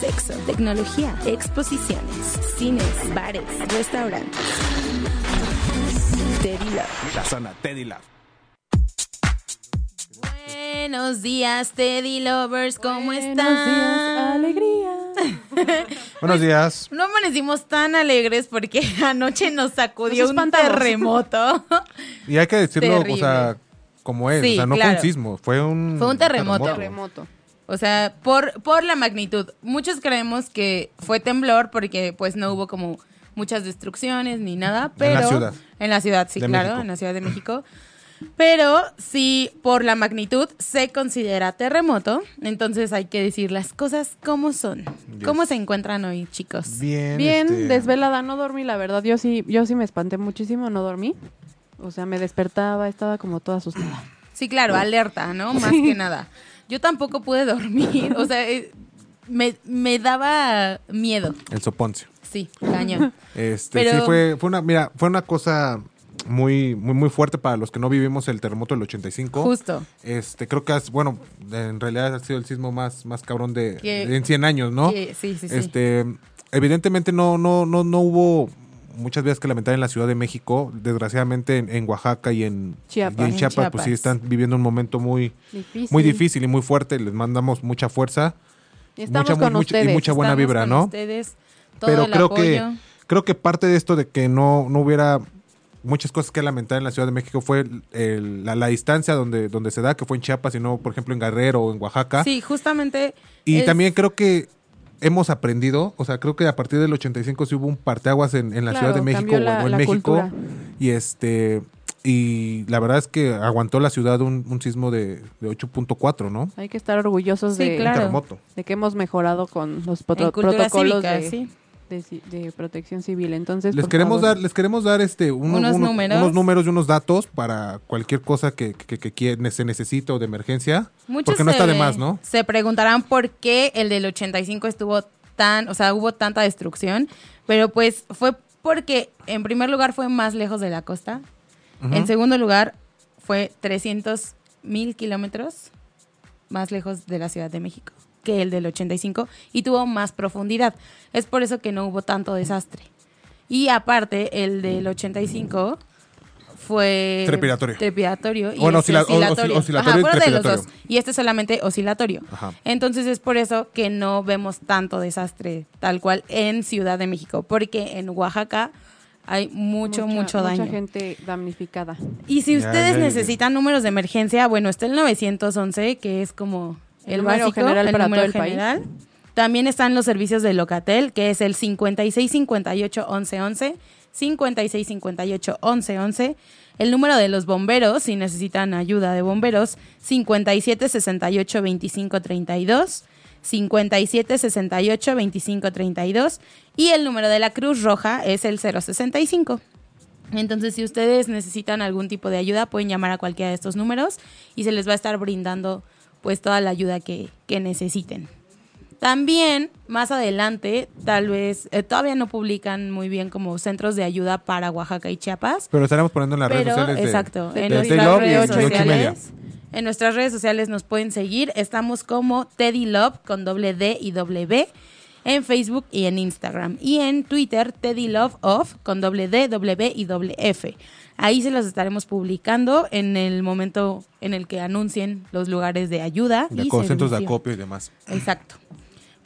Sexo, tecnología, exposiciones, cines, bares, restaurantes. Te digo. La zona Teddy Love. Buenos días, Teddy Lovers, ¿cómo Buenos están? días, alegría. Buenos días. No amanecimos tan alegres porque anoche nos sacudió Nos un espantamos. terremoto. Y hay que decirlo, Terrible. o sea, como es. Sí, o sea, no fue claro. un sismo, fue un. Fue un terremoto. Terremoto. O sea, por, por la magnitud. Muchos creemos que fue temblor porque pues no hubo como muchas destrucciones ni nada, pero... ciudad. En la ciudad, sí, De claro, México. en la Ciudad de México. Pero si por la magnitud se considera terremoto, entonces hay que decir las cosas como son. Yes. ¿Cómo se encuentran hoy, chicos? Bien. Bien, este, desvelada, no dormí, la verdad. Yo sí, yo sí me espanté muchísimo, no dormí. O sea, me despertaba, estaba como toda asustada. Sí, claro, alerta, ¿no? Más que nada. Yo tampoco pude dormir, o sea, eh, me, me daba miedo. El soponcio. Sí, cañón. Este, Pero- sí, fue, fue una, mira, fue una cosa muy, muy, muy fuerte para los que no vivimos el terremoto del 85. Justo. Este, creo que, has- bueno, en realidad ha sido el sismo más, más cabrón de, Que- de en 100 años, ¿no? que- sí, sí, sí. Este, evidentemente no, no, no, no hubo muchas veces que lamentar en la Ciudad de México. Desgraciadamente en, en Oaxaca y en Chiapas. y en En Chiapas, Chiapas. pues sí están viviendo un momento muy, Difícil. muy difícil y muy fuerte. Les mandamos mucha fuerza. Y estamos mucha, muy- con mucha- y ustedes. mucha buena Estamos vibra, con ¿no? Ustedes, todo pero el creo apoyo. que creo que parte de esto de que no, no hubiera muchas cosas que lamentar en la Ciudad de México fue el- el- la, la distancia donde, donde se da, que fue en Chiapas y no, por ejemplo, en Guerrero o en Oaxaca. Sí, justamente. Ah. y es- también creo que hemos aprendido, o sea, creo que a partir del 85 sí hubo un parteaguas en, en la Claro, Ciudad de México cambió o en- la- o en la México. cultura. Y este y la verdad es que aguantó la ciudad un, un sismo de, de 8.4, ¿no? Hay que estar orgullosos Sí, de, Un Claro. terremoto. de que hemos mejorado con los en potro- cultura protocolos cívica, de, sí. de ci- de protección civil. Entonces, Les por queremos, favor. dar, les queremos dar este un- Unos unos, números. unos números y unos datos para cualquier cosa que, que- que- que se necesite o de emergencia. Muchos porque no se- está de más, ¿no? Se preguntarán por qué el del 85 estuvo tan, o sea, hubo tanta destrucción, pero pues fue porque en primer lugar fue más lejos de la costa, en segundo lugar fue 300 mil kilómetros más lejos de la Ciudad de México que el del 85 y tuvo más profundidad. Es por eso que no hubo tanto desastre. Y aparte, el del 85 fue... Trepidatorio. Trepidatorio. Y Bueno, este oscila- o- oscil- oscilatorio y Ajá, fueron de los trepidatorio. dos y este es solamente oscilatorio. Ajá. Entonces es por eso que no vemos tanto desastre tal cual en Ciudad de México, porque en Oaxaca hay mucho, Mucha- mucho daño. Mucha gente damnificada. Y si Ya, ustedes ya, ya. necesitan números de emergencia, bueno, está el 911, que es como el, El número básico, general el para número todo el país. general. También están los servicios de Locatel, que es el 56 58 11 11, 56 58 11 11. El número de los bomberos, si necesitan ayuda de bomberos, 57 68 25 32, 57 68 25 32. Y el número de la Cruz Roja es el 065. Entonces, si ustedes necesitan algún tipo de ayuda, pueden llamar a cualquiera de estos números y se les va a estar brindando pues toda la ayuda que, que necesiten. También, más adelante, tal vez, eh, todavía no publican muy bien como centros de ayuda para Oaxaca y Chiapas, Pero estaremos poniendo en las redes pero, sociales de, exacto, de en Teddy nuestras Love y redes de ocho y media. sociales. En nuestras redes sociales nos pueden seguir. Estamos como Teddy Love con doble D y doble B en Facebook y en Instagram. Y en Twitter, Teddy Love Off con doble D, doble B y doble F. Ahí se los estaremos publicando en el momento en el que anuncien los lugares de ayuda. De y aco- centros de servicio. acopio y demás. Exacto.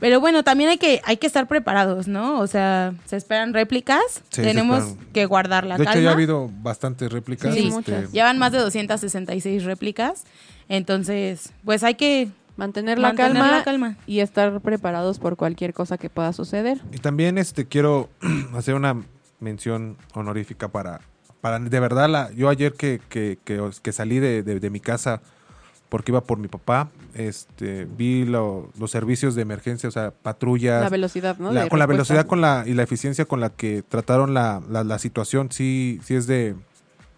Pero bueno, también hay que, hay que estar preparados, ¿no? O sea, se esperan réplicas. Sí, se Tenemos esperan. que guardar la de hecho, calma. ya ha habido bastantes réplicas. Sí, mm. este, muchas. Llevan más de 266 réplicas. Entonces, pues hay que. Mantener la, Mantener calma, la calma. y estar preparados por cualquier cosa que pueda suceder. Y también este quiero hacer una mención honorífica para, para de verdad la, yo ayer que, que, que, que salí de, de- de mi casa porque iba por mi papá. Este, vi lo- los servicios de emergencia, o sea, patrullas. La velocidad, ¿no? La- De con la respuesta. velocidad con la, y la eficiencia con la que trataron la, la- la situación, sí, sí es de,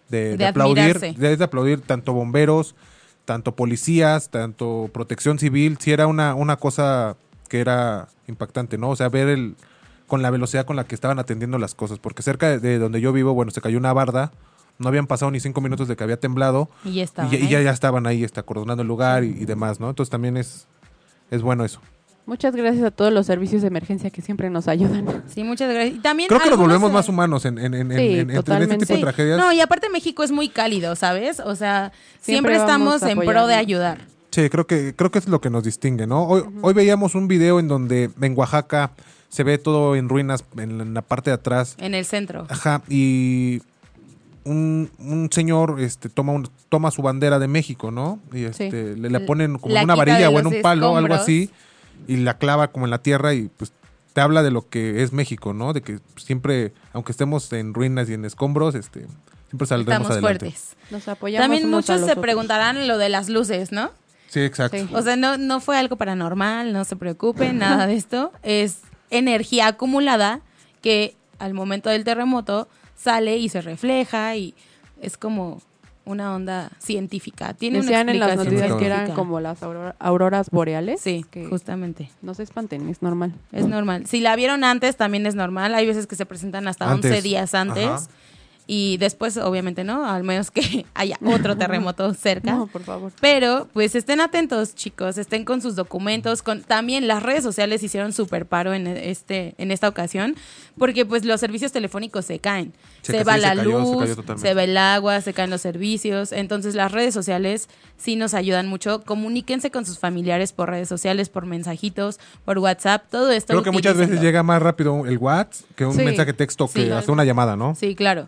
de, De de aplaudir. admirarse. de- de aplaudir tanto bomberos, tanto policías, tanto protección civil. Sí era una, una cosa que era impactante, ¿no? O sea, ver el con la velocidad con la que estaban atendiendo las cosas. Porque cerca de, de donde yo vivo, bueno, se cayó una barda. No habían pasado ni cinco minutos de que había temblado. Y ya Y, estaba. ya- y ya, ya estaban ahí, está, coordinando el lugar y, y demás, ¿no? Entonces también es, es bueno eso. Muchas gracias a todos los servicios de emergencia que siempre nos ayudan. Sí, muchas gracias. Y también Creo que nos algunos, volvemos eh, más humanos en, en, en- en- Sí, en- en- en este totalmente. tipo de Sí. tragedias. No, y aparte México es muy cálido, ¿sabes? O sea, siempre, Siempre vamos estamos a en pro de apoyarnos. ayudar. Sí, creo que, creo que es lo que nos distingue, ¿no? Hoy, hoy veíamos un video en donde en Oaxaca se ve todo en ruinas, en, en la parte de atrás. En el centro. Ajá, y un, un señor este, toma, un, toma su bandera de México, ¿no? Y este, le la La- ponen como la en una quita de varilla o en los un palo, algo escombros. así, y la clava como en la tierra y pues te habla de lo que es México, ¿no? De que siempre, aunque estemos en ruinas y en escombros, este, siempre saldremos Estamos adelante. fuertes. Nos apoyamos. También unos a muchos los se otros. preguntarán lo de las luces, ¿no? Sí, exacto. Sí. O sea, no, no fue algo paranormal, no se preocupen, nada de esto. Es energía acumulada que al momento del terremoto sale y se refleja y es como una onda científica. Tiene Decían una en las explicación noticias que eran científica. como las aurora- auroras boreales. Sí, que justamente. No se espanten, es normal. Es normal. Si la vieron antes, también es normal. Hay veces que se presentan hasta Antes. 11 días antes. Ajá. Y después, obviamente, no. Al menos que haya otro terremoto cerca. No, por favor. Pero, pues estén atentos, chicos, estén con sus documentos, con también las redes sociales hicieron súper paro en este, en esta ocasión, porque pues los servicios telefónicos se caen. Se Se, ca- va sí, se la cayó, se luz, cayó se, totalmente. va el agua, se caen los servicios. Entonces las redes sociales sí nos ayudan mucho. Comuníquense con sus familiares por redes sociales, por mensajitos, por WhatsApp, todo esto. Creo que muchas veces utilícenlo. llega más rápido el WhatsApp que un Sí. mensaje texto que Sí. hace una llamada, ¿no? Sí, claro.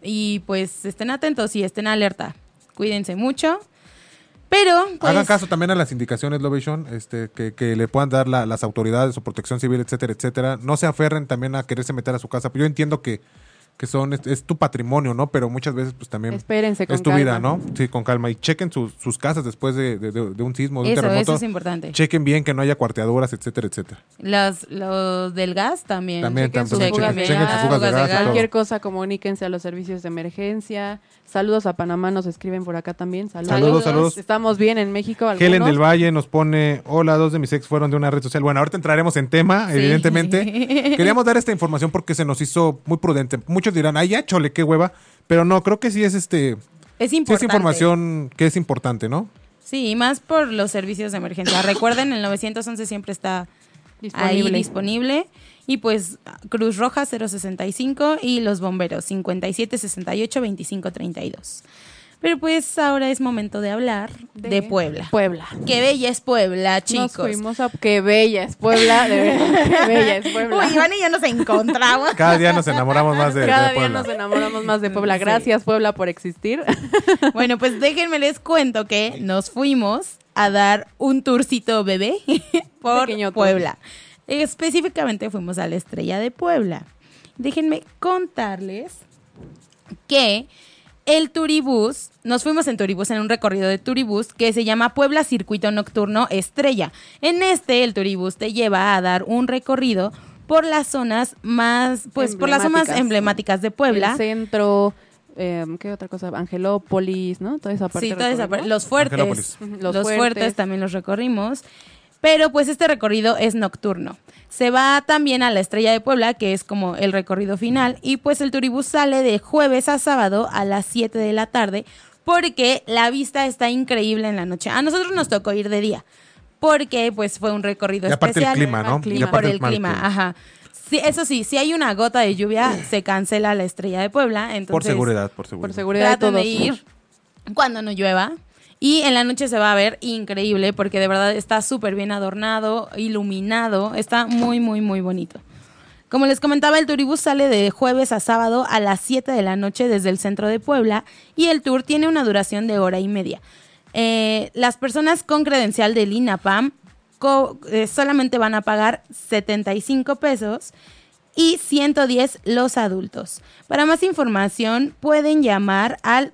Y pues estén atentos y estén alerta. Cuídense mucho. Pero, pues, Hagan caso también a las indicaciones, Lovation, este, que, que le puedan dar la- las autoridades o protección civil, etcétera, etcétera. No se aferren también a quererse meter a su casa. Yo entiendo que, que son, es, es tu patrimonio, ¿no? Pero muchas veces, pues también Espérense con es tu calma. vida, ¿no? Sí, con calma. Y chequen sus- sus casas después de, de- de- de un sismo, de eso, un terremoto. eso es importante. Chequen bien que no haya cuarteaduras, etcétera, etcétera. Las, los del gas también. También, chequen sus también, fugas chequen, de chequen sus gas, fugas de fugas de gas. y gas. todo. Cualquier cosa, comuníquense a los servicios de emergencia. Saludos a Panamá, nos escriben por acá también. Saludos. Saludos, saludos. Estamos bien en México. algunos. Helen del Valle nos pone, hola, dos de mis ex fueron de una red social. Bueno, ahorita entraremos en tema, Sí. evidentemente. Queríamos dar esta información porque se nos hizo muy prudente. Muchos dirán, ay, ya, chole, qué hueva. Pero no, creo que sí es este, Es sí es importante. información que es importante, ¿no? Sí, y más por los servicios de emergencia. Recuerden, el 911 siempre está ahí Disponible. disponible. Y pues Cruz Roja 065 y los bomberos 57 68 25 32. Pero pues ahora es momento de hablar de, Puebla. Puebla. Qué bella es Puebla, Nos chicos. fuimos a... Qué bella es Puebla, de verdad. Qué bella es Puebla. Uy, Iván y yo nos encontramos. Cada día nos enamoramos más de, de Cada día Puebla. nos enamoramos más de Puebla. Sí. Gracias, Puebla, por existir. Bueno, pues déjenme les cuento que nos fuimos a dar un tourcito bebé por Pequeño tour. Puebla. Específicamente fuimos a la Estrella de Puebla. Déjenme contarles que el Turibús, nos fuimos en Turibús en un recorrido de Turibús que se llama Puebla Circuito Nocturno Estrella. En este el Turibús te lleva a dar un recorrido por las zonas más, pues por las zonas Emblemáticas. emblemáticas de Puebla. El centro, eh, ¿qué otra cosa? Angelópolis, ¿no? Toda esa parte. Sí, toda esa recorrimos. par- los fuertes. Angelópolis. Ujú, Los, los fuertes. fuertes. también los recorrimos. Pero pues este recorrido es nocturno. Se va también a la Estrella de Puebla, que es como el recorrido final. Y pues el turibús sale de jueves a sábado a las 7 de la tarde, porque la vista está increíble en la noche. A nosotros nos tocó ir de día, porque pues fue un recorrido Y aparte el especial. clima, ¿no? Ah, clima. Y Por aparte el mal clima, ajá. Sí, eso sí, si hay una gota de lluvia, se cancela la Estrella de Puebla. Entonces, Por seguridad, por seguridad. Por seguridad de Traten todos. de ir cuando no llueva. Y en la noche se va a ver increíble porque de verdad está súper bien adornado, iluminado, está muy, muy, muy bonito. Como les comentaba, el turibús sale de jueves a sábado a las 7 de la noche desde el centro de Puebla y el tour tiene una duración de hora y media. Eh, las personas con credencial del INAPAM co- eh, solamente van a pagar 75 pesos y 110 los adultos. Para más información pueden llamar al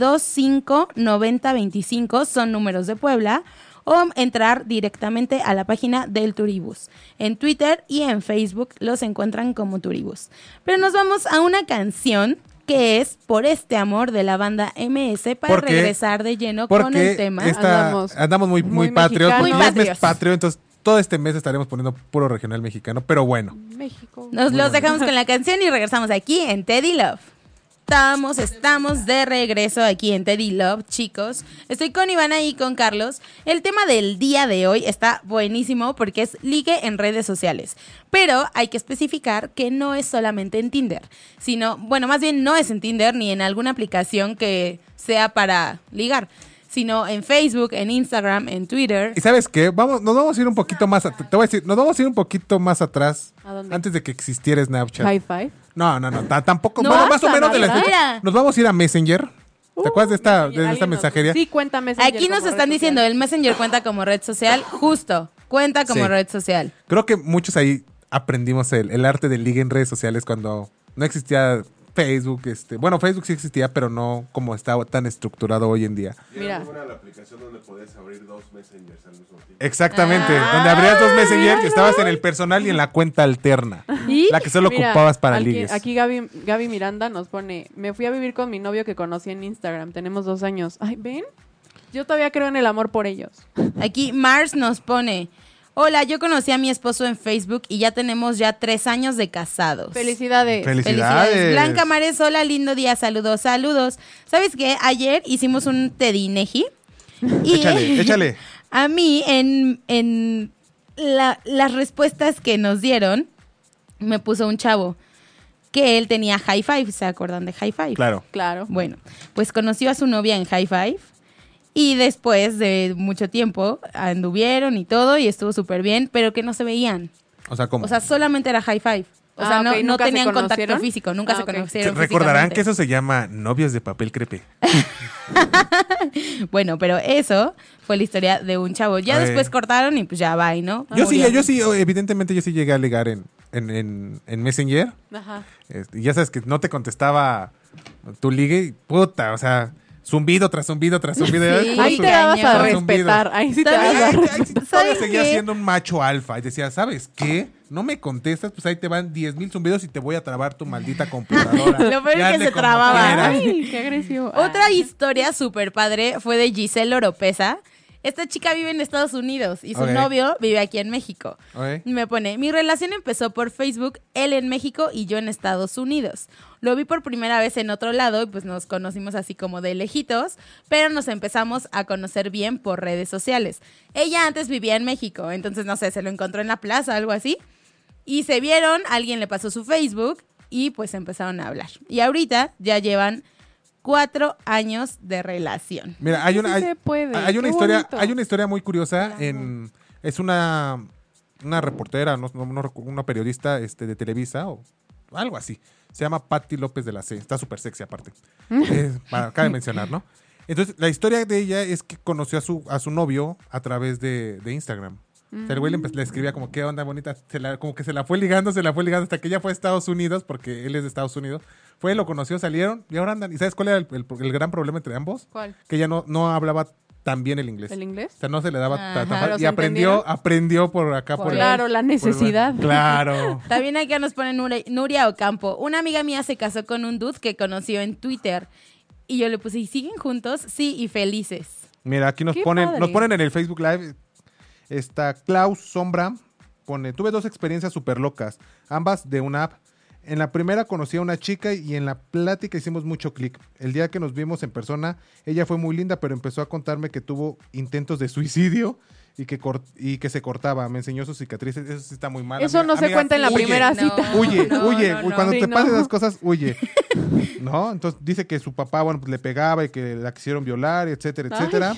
225 90 25, son números de Puebla, o entrar directamente a la página del Turibus. En Twitter y en Facebook los encuentran como Turibus. Pero nos vamos a una canción que es Por este amor de la banda MS para Porque- regresar de lleno Porque con el tema. esta- andamos, Andamos muy, muy, muy patrios, mexicanos. porque Muy ya es mes patrios. patrio, entonces todo este mes estaremos poniendo puro regional mexicano, pero bueno. México. Nos los dejamos con la canción y regresamos aquí en Teddy Love. Estamos, estamos de regreso aquí en Teddy Love, chicos. Estoy con Ivana y con Carlos. El tema del día de hoy está buenísimo porque es ligue en redes sociales. Pero hay que especificar que no es solamente en Tinder, sino, bueno, más bien no es en Tinder ni en alguna aplicación que sea para ligar, sino en Facebook, en Instagram, en Twitter. ¿Y sabes qué? Vamos, nos vamos a ir un poquito más, at- te voy a decir, nos vamos a ir un poquito más atrás, ¿A dónde? antes de que existiera Snapchat. High five. No, no, no, ta- tampoco, No, bueno, más o hasta menos de la Navidad. Snapchat. Nos vamos a ir a Messenger. ¿Te acuerdas de esta, de esta Uh, ¿Alguien nos- mensajería? Sí, cuéntame. Aquí nos están diciendo, el Messenger cuenta como red social, justo, cuenta como Sí. red social. Creo que muchos ahí aprendimos el, el arte del ligue en redes sociales cuando no existía Facebook, este, bueno, Facebook sí existía, pero no como está tan estructurado hoy en día. eh. Mira, Exactamente, Ah, donde abrías dos Messenger y estabas en el personal y en la cuenta alterna, Y- la que solo mira, ocupabas para aquí, ligues. Aquí Gaby, Gaby Miranda nos pone, me fui a vivir con mi novio que conocí en Instagram, tenemos dos años. Ay, ¿ven? Yo todavía creo en el amor por ellos. Aquí Mars nos pone, hola, yo conocí a mi esposo en Facebook y ya tenemos ya tres años de casados. Pues, Felicidades. Felicidades. Blanca Mares, hola, lindo día, saludos, saludos. ¿Sabes qué? Ayer hicimos un Tedineji. y- Échale, échale. A mí, en, en la- las respuestas que nos dieron, me puso un chavo que él tenía high five, ¿se acuerdan de high five? Claro. Claro. Bueno, pues conoció a su novia en High Five y después de mucho tiempo anduvieron y todo y estuvo súper bien, pero que no se veían. O sea, como O sea, solamente era High Five. O sea, Ah, no, ok, no ¿nunca se tenían contacto conocieron? físico, nunca Ah, se ok. conocieron. recordarán que físicamente. eso se llama novios de papel crepe. Bueno, pero eso fue la historia de un chavo. Ya Ay. después cortaron y pues ya va, ¿no? Ah, Yo sí, Murió. yo sí, evidentemente yo sí llegué a ligar en, en, en- en Messenger. Ajá. Este, y ya sabes que no te contestaba tu ligue y puta, o sea, zumbido tras zumbido tras zumbido. Sí, Ya, Ahí su- te dabas a tras zumbido. respetar. Ahí sí te Está Ay, dabas a ay, respetar. ay, sí, todavía ¿Saben seguía qué? siendo un macho alfa y decía, ¿sabes qué? No me contestas, pues ahí te van 10 mil zumbidos y te voy a trabar tu maldita computadora. Lo peor es Ya que hazle se como trababa. quieras". Ay, qué agresivo. Otra Ay. historia súper padre fue de Giselle Oropesa. Esta chica vive en Estados Unidos y su Ok. novio vive aquí en México. Ok. Y Me pone, mi relación empezó por Facebook, él en México y yo en Estados Unidos. Lo vi por primera vez en otro lado y pues nos conocimos así como de lejitos, pero nos empezamos a conocer bien por redes sociales. Ella antes vivía en México, entonces no sé, se lo encontró en la plaza o algo así. Y se vieron, alguien le pasó su Facebook y pues empezaron a hablar. Y ahorita ya llevan cuatro años de relación. Mira, hay Sí una, hay, se puede. hay una Qué historia, bonito. hay una historia muy curiosa en es una una reportera, no, no- no recu- una periodista este, de Televisa o algo así. Se llama Patti López de la C, está súper sexy aparte. Eh, para- cabe mencionar, ¿no? Entonces, la historia de ella es que conoció a su, a su novio a través de, de Instagram. O sea, el güey le, empe- le escribía como, qué onda bonita, se la- como que se la fue ligando, se la fue ligando hasta que ella fue a Estados Unidos, porque él es de Estados Unidos. Fue, lo conoció, salieron y ahora andan. ¿Y sabes cuál era el, el- el gran problema entre ambos? ¿Cuál? que ella no, no hablaba tan bien el inglés. ¿El inglés? O sea, no se le daba Ajá. ta- tan fácil. ¿Pero Y se aprendió, entendieron? aprendió por acá. Por el- Claro, la por el- necesidad. claro. También acá nos pone Nure- Nuria Ocampo. Una amiga mía se casó con un dude que conoció en Twitter. Y yo le puse, ¿y siguen juntos? Sí, y felices. Mira, aquí nos Qué ponen, padre. nos ponen en el Facebook Live. Está Klaus Sombra. Pone, tuve dos experiencias súper locas, ambas de una app. En la primera conocí a una chica y en la plática hicimos mucho clic. El día que nos vimos en persona, ella fue muy linda, pero empezó a contarme que tuvo intentos de suicidio y que, cort- y que se cortaba. Me enseñó sus cicatrices. Eso sí está muy mal. Eso Amiga- no se amiga, cuenta en la huye. primera No. cita. Huye, No, huye. no, no. Cuando Sí, te no. pasen las cosas, huye. ¿No? Entonces dice que su papá, bueno, pues, le pegaba y que la quisieron violar, etcétera, Ay. etcétera.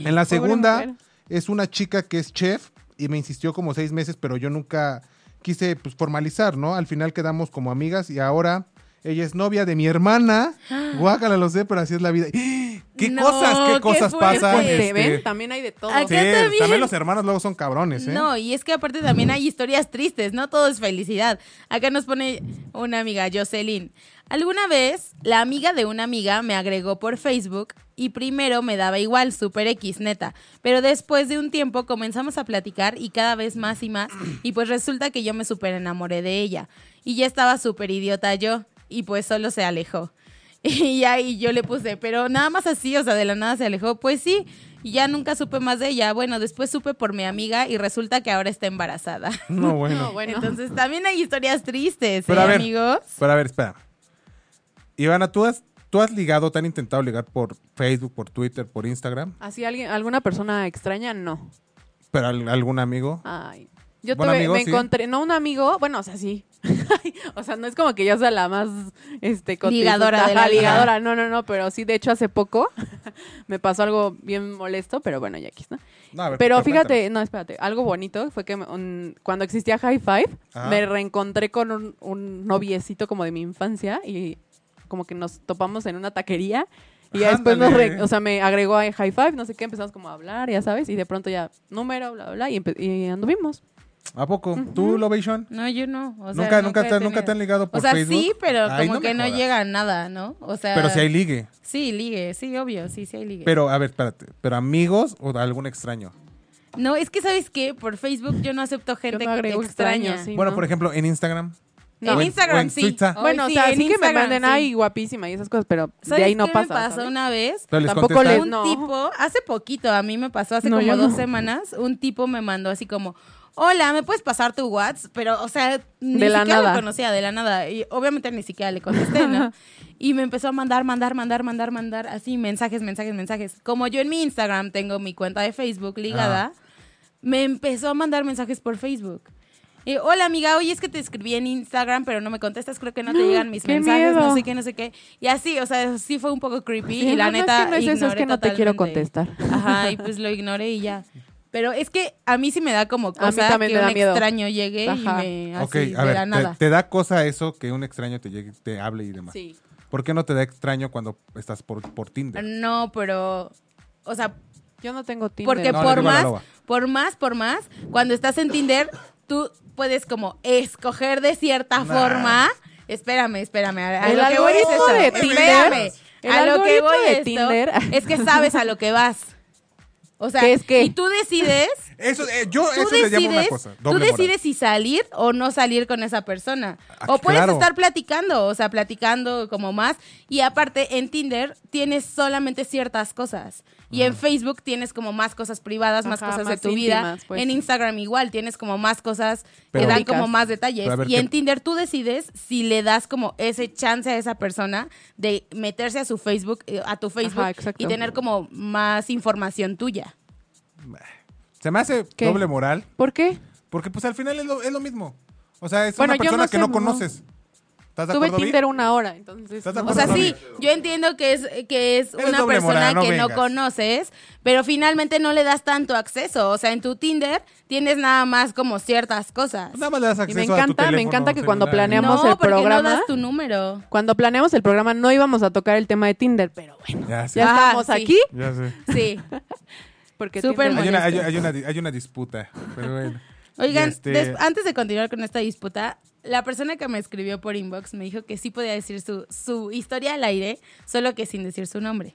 En la segunda mujer. es una chica que es chef y me insistió como seis meses, pero yo nunca quise pues, formalizar, ¿no? Al final quedamos como amigas y ahora ella es novia de mi hermana. Guácala, lo sé, pero así es la vida. ¿Qué No, cosas, qué qué cosas fuerte. pasan? Fuerte, este, Te ven, también hay de todo. Acá sí, también. también los hermanos luego son cabrones, ¿eh? No, y es que aparte también hay historias tristes, no todo es felicidad. Acá nos pone una amiga, Jocelyn. Alguna vez la amiga de una amiga me agregó por Facebook y primero me daba igual, super X, neta. Pero después de un tiempo comenzamos a platicar y cada vez más y más. Y pues resulta que yo me super enamoré de ella. Y ya estaba súper idiota yo. Y pues solo se alejó. Y ahí yo le puse, pero nada más así, o sea, de la nada se alejó. Pues sí, y ya nunca supe más de ella. Bueno, después supe por mi amiga y resulta que ahora está embarazada. No, bueno. No, bueno. Entonces también hay historias tristes, Pero ¿eh, a ver. amigos? Pero a ver, espera. Ivana, ¿tú has, ¿tú has ligado, te han intentado ligar por Facebook, por Twitter, por Instagram? Así alguien, alguna persona extraña, no. ¿Pero al- algún amigo? Ay. Yo Buen tuve- amigo, me sí. encontré, no un amigo, bueno, o sea, sí. o sea, no es como que yo sea la más este cotiza- Ligadora de la Ajá, vida. ligadora, no, no, no, pero sí, de hecho hace poco me pasó algo bien molesto, pero bueno, ya aquí está. No, a ver, Pero cuéntanos. fíjate, no, espérate, algo bonito fue que me- un- cuando existía High Five, Ajá. me reencontré con un, un noviecito como de mi infancia y como que nos topamos en una taquería y ya después nos Ándale. re- o sea, me agregó a High Five, no sé qué, empezamos como a hablar, ya sabes, y de pronto ya número, bla, bla, bla, y, empe- y anduvimos. ¿A poco? ¿Tú, Lovation? No, yo no. O sea, Nunca- nunca he te- nunca tenido. te han ligado por O sea, Facebook. sí, pero Ay, como no me que no jodas. llega a nada, ¿no? O sea, Pero si hay ligue. sí, ligue, sí, obvio, sí, sí hay ligue. Pero, a ver, espérate. ¿Pero amigos o algún extraño? no, es que ¿sabes qué? Por Facebook yo no acepto gente no que te agrego extraña. extraños, sí. bueno, no. por ejemplo, en Instagram. En O o Instagram en sí. Twitter. Ay, bueno, sí, o sea, en sí que me Instagram, manden, sí. ay, guapísima y esas cosas, pero de ¿Sabes ahí no qué pasa. me pasó ¿sabes? una vez? Pero les Tampoco contestan. les- un No. tipo, hace poquito, a mí me pasó hace No, como yo dos no. semanas, un tipo me mandó así como, hola, ¿me puedes pasar tu WhatsApp? Pero, o sea, ni De la siquiera lo nada. conocía de la nada. Y obviamente ni siquiera le contesté, ¿no? y me empezó a mandar, mandar, mandar, mandar, mandar, así, mensajes, mensajes, mensajes. Como yo en mi Instagram tengo mi cuenta de Facebook ligada, me empezó a mandar mensajes por Facebook. Eh, hola amiga, oye es que te escribí en Instagram, pero no me contestas, creo que no te llegan mis ¡Ah! ¡Qué mensajes, no miedo! sé qué, no sé qué. Y así, o sea, sí fue un poco creepy Sí, y la no, no, es neta que no es eso, es ignoré que no te quiero totalmente. contestar. Ajá, y pues lo ignoré y ya. Pero es que a mí sí me da como A mí cosa también que me da un miedo. extraño llegue Ajá. y me así Ok, de a ver, la te- nada. Te, da cosa eso que un extraño te llegue, te hable y demás. Sí. ¿Por qué no te da extraño cuando estás por, por Tinder? No, pero o sea, Yo no tengo Tinder. porque No, no por tengo la más, loba. por más, por más, cuando estás en Tinder tú puedes como escoger de cierta forma. Espérame, espérame. A, a El lo que voy es algoritmo eso. de espérame. Tinder- el a lo que algoritmo voy de esto Tinder- es que sabes a lo que vas. O sea, ¿Qué es qué? y tú decides Eso, eh, yo tú eso le decides, llamo una cosa. tú doble moral. decides si salir o no salir con esa persona. Ah, o puedes claro. estar platicando, o sea, platicando como más. Y aparte, en Tinder tienes solamente ciertas cosas. Y Ah. en Facebook tienes como más cosas privadas, más Ajá, cosas de más tu vida. íntimas, pues. En Instagram igual tienes como más cosas Pero- que dan Públicas. como más detalles. Pero a ver, y ¿qué- en Tinder tú decides si le das como ese chance a esa persona de meterse a su Facebook, eh, a tu Facebook exacto. y tener como más información tuya. Se me hace ¿Qué? doble moral, ¿Por qué? porque pues al final es lo, es lo mismo. O sea, es Bueno, una yo persona no que sé, no no. conoces. ¿Estás de Tuve acuerdo, Vi? Tinder una hora, entonces. ¿Estás de no O sea, acuerdo? Por sí, favor. yo entiendo que es, que es Eres una doble persona moral, no que no vengas. conoces, pero finalmente no le das tanto acceso. O sea, en tu Tinder tienes nada más como ciertas cosas. Nada más le das Y acceso me a tu encanta, me teléfono encanta que cuando celular. planeamos- no, el porque no programa. das tu número. Cuando planeamos el programa no íbamos a tocar el tema de Tinder, pero bueno. Ya sé. Ya Ah, estamos sí. aquí. Ya sé. Sí. Porque Súper Tinder- Hay una, hay, molesto. hay una, hay una disputa, pero bueno. Oigan, Y este- des- ah, antes de continuar con esta disputa, la persona que me escribió por inbox me dijo que sí podía decir su, su historia al aire, solo que sin decir su nombre.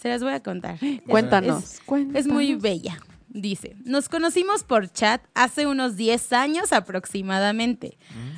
Se las voy a contar. Cuéntanos. Es muy bella. Dice, nos conocimos por chat hace unos 10 años aproximadamente.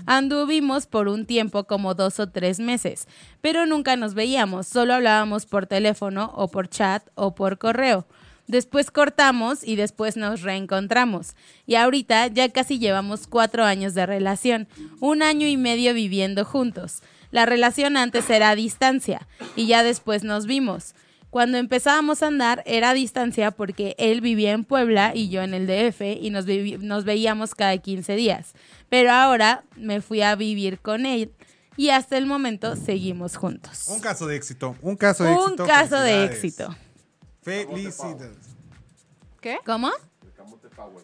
Anduvimos por un tiempo como dos o tres meses, pero nunca nos veíamos, solo hablábamos por teléfono o por chat o por correo. Después cortamos y después nos reencontramos. Y ahorita ya casi llevamos cuatro años de relación, un año y medio viviendo juntos. La relación antes era a distancia y ya después nos vimos. Cuando empezábamos a andar era a distancia porque él vivía en Puebla y yo en el DF y nos, vivi- nos veíamos cada 15 días. Pero ahora me fui a vivir con él y hasta el momento seguimos juntos. Un caso de éxito. Un caso de Un éxito. caso de Felicidades. éxito. Felicidades. ¿Qué? ¿Cómo?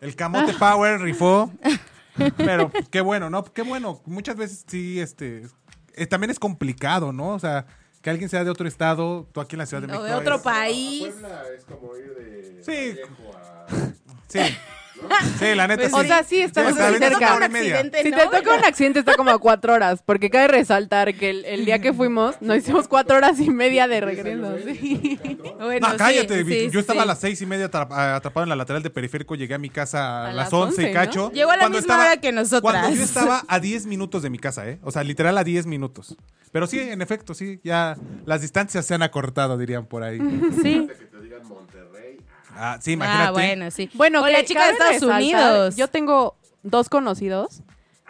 El camote power rifó. Pero qué bueno, ¿no? Qué bueno. Muchas veces sí, este. eh, también es complicado, ¿no? O sea, Que alguien sea de otro estado, tú aquí en la Ciudad de O México. de otro es- país. Puebla es como ir de Sí. Vallejo a- Sí. Sí, la neta. Pues o sí. sea, sí, Sí, estamos está muy bien, cerca. está hora y media. Si te toca un accidente está como a cuatro horas, porque cabe resaltar que el, el día que fuimos nos hicimos cuatro horas y media de regreso. sí. Bueno, No, sí, cállate. sí, yo estaba sí. a las seis y media atrap- atrapado en la lateral de periférico. Llegué a mi casa a, A las las once y 11, cacho. ¿no? Llegó a la misma hora que nosotras. Cuando yo estaba a diez minutos de mi casa, ¿eh? O sea, literal a diez minutos. Pero sí, en efecto, sí. Ya las distancias se han acortado, dirían por ahí. Sí. que te digan Monterrey. Ah, sí, imagínate. Ah, bueno, sí. Bueno, O que la chica de Estados cabe resaltar, Unidos. Yo tengo dos conocidos.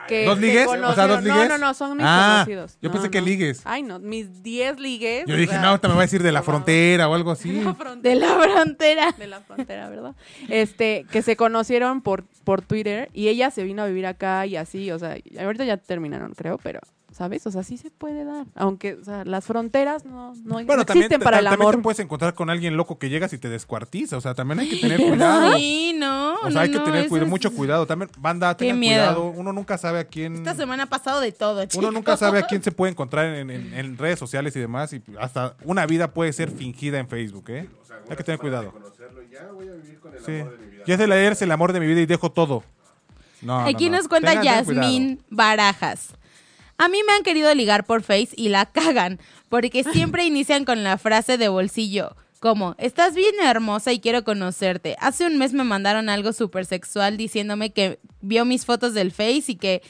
Que ¿Dos que ligues? O sea, ¿dos conocieron- ligues? No, no, no, son mis Ah, conocidos. yo No, pensé que no. ligues. Ay, no, mis 10 ligues. Yo o dije, sea, no, ahorita me va a decir de la no, frontera o algo así. de la frontera. De la frontera. de la frontera, ¿verdad? Este, que se conocieron por, por Twitter y ella se vino a vivir acá y así, o sea, y ahorita ya terminaron, creo, pero, ¿sabes? O sea, sí se puede dar, aunque, o sea, las fronteras no, no, no Bueno, también, existen te- para el también te amor. puedes encontrar con alguien loco que llegas y te descuartiza. O sea, también hay que tener cuidado. Sí, no. O sea, no, hay que no, tener eso cuida- es- mucho cuidado. También, banda, Qué tengan miedo. cuidado. Uno nunca sabe a quién. Esta semana ha pasado de todo, chicos. Uno nunca sabe a quién se puede encontrar en, en- en redes sociales y demás. Y hasta una vida puede ser fingida en Facebook, ¿eh? Hay que tener cuidado. Conocerlo y ya voy a vivir con el Sí. amor de mi vida. Yo es el ayer es el amor de mi vida y dejo todo. No, Aquí no, no. nos cuenta Tengan Yasmín Barajas. A mí me han querido ligar por Face y la cagan, porque siempre inician con la frase de bolsillo, como, estás bien hermosa y quiero conocerte. Hace un mes me mandaron algo súper sexual diciéndome que vio mis fotos del Face y que,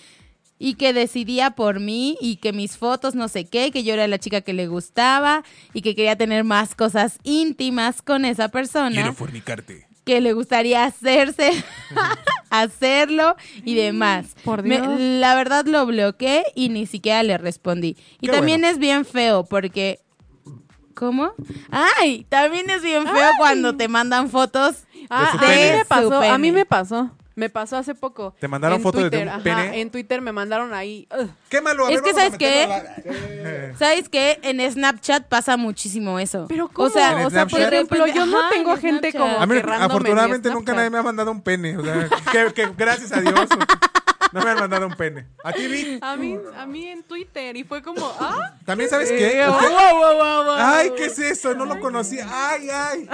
y que decidía por mí y que mis fotos no sé qué, que yo era la chica que le gustaba y que quería tener más cosas íntimas con esa persona Quiero fornicarte. que le gustaría hacerse, hacerlo y demás. por Me- Dios. la verdad lo bloqueé y ni siquiera le respondí. Y Qué también bueno. es bien feo porque... ¿Cómo? Ay, también es bien feo cuando te mandan fotos. Ah, su a mí pene. me Su pasó, a pene. mí me pasó. Me pasó hace poco. ¿Te mandaron En foto de Twitter, un ajá, pene? En Twitter me mandaron ahí. ugh. Quémalo, a Es ver, que, vamos a ¿sabes meterlo a la- ¿Sabes qué? En Snapchat pasa muchísimo eso. Pero ¿cómo? O sea, ¿En o sea, por Snapchat? ejemplo, yo no Ajá, en tengo gente Snapchat. como A mí, que random en mi afortunadamente, nunca Snapchat. nadie me ha mandado un pene. O sea, que, que gracias a Dios. No me han mandado un pene. A ti, Vic. A mí, a mí en Twitter y fue como, ah, También, ¿sabes qué? eh, Usted- wow, wow, wow, wow. Ay, ¿qué es eso? No lo conocí. Ay, ay.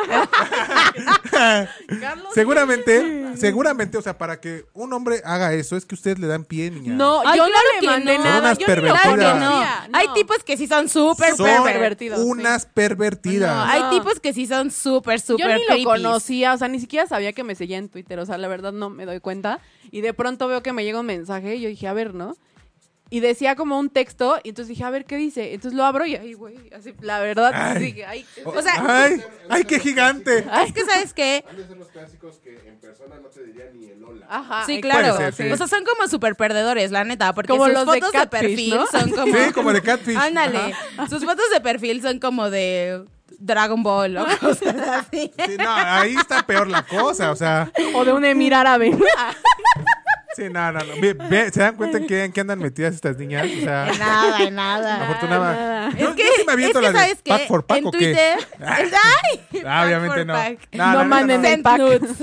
Carlos, seguramente, seguramente, o sea, para que un hombre haga eso es que ustedes le dan pie, niña. No, Ay, yo claro no que le mandé no. nada. Son unas yo ni lo pervertidas. Claro que no. conocía, Hay tipos que sí son súper son pervertidos. pervertidos, sí. unas pervertidas. No, hay No. tipos que sí son súper, Yo súper ni creepy. lo conocía, o sea, ni siquiera sabía que me seguía en Twitter, o sea, la verdad no me doy cuenta. Y de pronto veo que me llega un mensaje y yo dije, a ver, ¿no? Y decía como un texto, y entonces dije, a ver, ¿qué dice? Entonces lo abro y, ay, güey, así, la verdad, Ay. dije, ay, O sea, ay, ay, qué gigante. es que sabes qué, Han de ser los clásicos que en persona no te diría ni el hola. Ah, ajá. Sí, exacto, claro. Puede ser, sí. O sea, son como super perdedores, la neta, porque Como sus los de fotos de, Catfish, perfil ¿no? son como Sí, como de Catfish. Ándale. Sus fotos de perfil son como de Dragon Ball o cosas así. Sí, no, ahí está peor la cosa, o sea, O de un emir árabe. sí, no, no, no. Ve- ve, ¿Se dan cuenta en qué, en qué andan metidas estas niñas? O sea, De nada, de nada. afortunadamente. Es que, es que ¿sabes qué? Pack for Pack, en ¿o qué? Twitter. ¡Ay! Ah, Pack obviamente no. for pack. No, la neta manden no. el pack.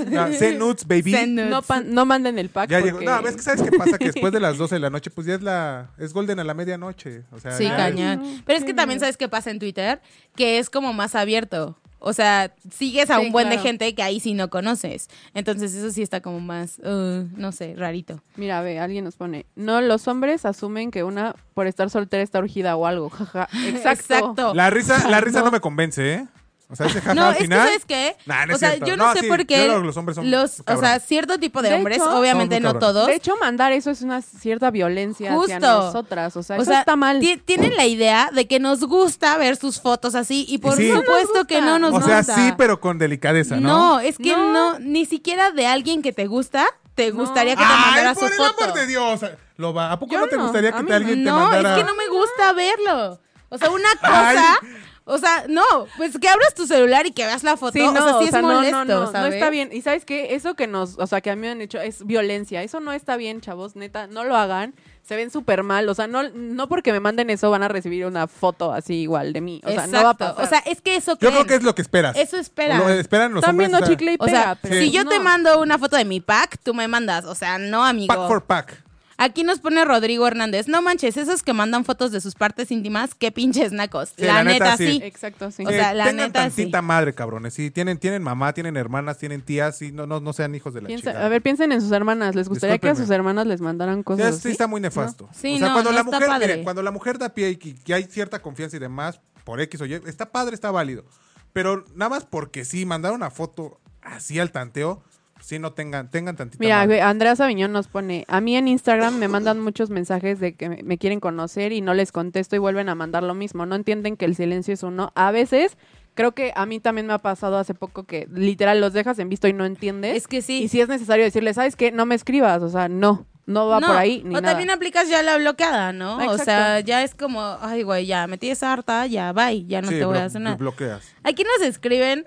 No, send nudes, baby. Send nudes. No, pan- no manden el pack. Ya llegó. porque- No, ves que sabes qué pasa que después de las 12 de la noche, pues ya es la. Es Golden a la medianoche. O sea, Sí, ya es- cañón. Pero es que también sabes qué pasa en Twitter, que es como más abierto. O sea, sigues a Sí, un buen de claro. gente que ahí sí no conoces. Entonces eso sí está como más, uh, no sé, rarito. Mira, ve, alguien nos pone, no, los hombres asumen que una por estar soltera está urgida o algo, jaja. Exacto. Exacto. La risa, la risa no. me convence, ¿eh? O sea, ese jaja No, al es que final. sabes qué, Nah, no es o sea, cierto. yo no, sé sí, por qué yo creo que los hombres son los- o sea, cabrones. cierto tipo de, De hombres, hecho, obviamente son muy no cabrones. todos. De hecho, mandar eso es una cierta violencia hacia Justo. nosotras. O sea, o eso sea, está mal. ti- tienen la idea de que nos gusta ver sus fotos así y por Sí. No nos supuesto que no gusta. nos O sea, gusta. sí, pero con delicadeza, ¿no? No, es que no. No. ni siquiera de alguien que te gusta, te No. gustaría que te mandara Ay, su por el foto. amor de Dios. Lo va. ¿A poco Yo no te no, gustaría a que mí te no. alguien te no, mandara? es que no me gusta verlo. O sea, una cosa, Ay. o sea, no, pues que abras tu celular y que veas la foto, Sí, o sea, sí es no, molesto, no, no, no ¿sabes? está bien. Y sabes qué, eso que nos, o sea, que a mí me han hecho es violencia. Eso no está bien, chavos, neta, no lo hagan. Se ven súper mal. O sea, no, no porque me manden eso van a recibir una foto así igual de mí. O sea, Exacto. no va a pasar. O sea, es que eso Yo creen. creo que es lo que esperas. Eso esperan. Lo esperan los están hombres. viendo o sea, chicle y O sea, pega. pero si yo no. te mando una foto de mi pack, tú me mandas, o sea, no, amigo. Pack for pack. Aquí nos pone Rodrigo Hernández. No manches, esos que mandan fotos de sus partes íntimas, qué pinches nacos. Sí, la, la neta, neta, sí. Exacto, sí. O sea, la Eh, tengan neta, sí. tantita madre, cabrones. Sí, tienen, tienen mamá, tienen hermanas, tienen tías, sí, no, no, no sean hijos de la Piensa- chingada. a ver, piensen en sus hermanas. ¿Les gustaría que a Discúlpenme. sus hermanas les mandaran Ya, cosas sí, así? está muy nefasto. Sí, o sea, no, cuando no la está mujer, padre. miren, cuando la mujer da pie y que, que hay cierta confianza y demás, por X o Y, está padre, está válido. Pero nada más porque sí, mandar una foto así al tanteo, sí no tengan, tengan tantita Mira, madre. güey, Andrea Sabiñón nos pone, a mí en Instagram me mandan muchos mensajes de que me- me quieren conocer y no les contesto y vuelven a mandar lo mismo. No entienden que el silencio es uno. A veces, creo que a mí también me ha pasado hace poco que literal los dejas en visto y no entiendes. Es que sí. Y si es necesario decirles, ¿sabes qué? No me escribas, o sea, no, no va No, por ahí. Ni o nada. también aplicas ya la bloqueada, ¿no? Ah, O sea, exacto. ya es como, ay, güey, ya me tienes harta, ya, bye, ya no Sí, te voy blo- a hacer nada. bloqueas. Aquí nos escriben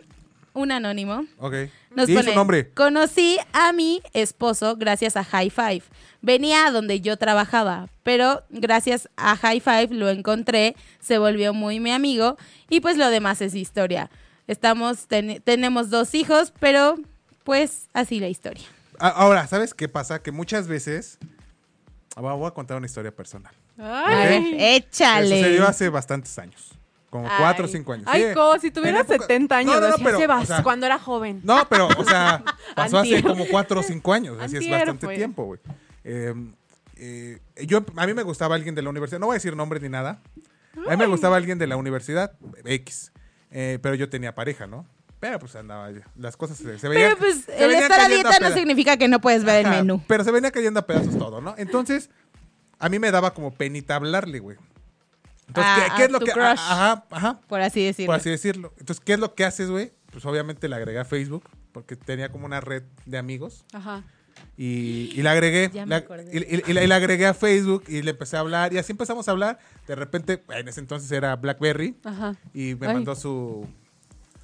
un anónimo. Ok. Nos Di pone, su nombre. Conocí a mi esposo gracias a High Five. Venía a donde yo trabajaba, pero gracias a High Five lo encontré, se volvió muy mi amigo y pues lo demás es historia. Estamos ten- tenemos dos hijos, pero pues así la historia. A- Ahora, ¿sabes qué pasa? Que muchas veces... Ah, va, Voy a contar una historia personal. A ver, Ay, Se échale. sucedió hace bastantes años. Como cuatro o Ay. cinco años. Ay, Sí. co, si tuviera Tenía poca- 70 años, No, no, no, así pero, se va, o sea, cuando era joven. No, pero, o sea, pasó hace Antier. como cuatro o cinco años, así es Antier bastante fue. tiempo, güey. Eh, eh, yo, a mí me gustaba alguien de la universidad, no voy a decir nombres ni nada. A mí me gustaba alguien de la universidad, X, eh, pero yo tenía pareja, ¿no? Pero pues andaba, las cosas se, se veían. Pero pues se el venían estar a cayendo dieta no peda- significa que no puedes ver Ajá, el menú. Pero se venía cayendo a pedazos todo, ¿no? Entonces, a mí me daba como penita hablarle, güey. Entonces, Ah, ¿qué, qué es lo tu que...? crush. Ajá, ajá. Por así decirlo. Por Pues así decirlo. Entonces, ¿qué es lo que haces, güey? Pues obviamente le agregué a Facebook, porque tenía como una red de amigos. Ajá. Y, y la agregué. Ya me la- acordé. y, y- y la, y la agregué a Facebook y le empecé a hablar. Y así empezamos a hablar. De repente, en ese entonces era Blackberry. Ajá. Y me Ay. mandó su,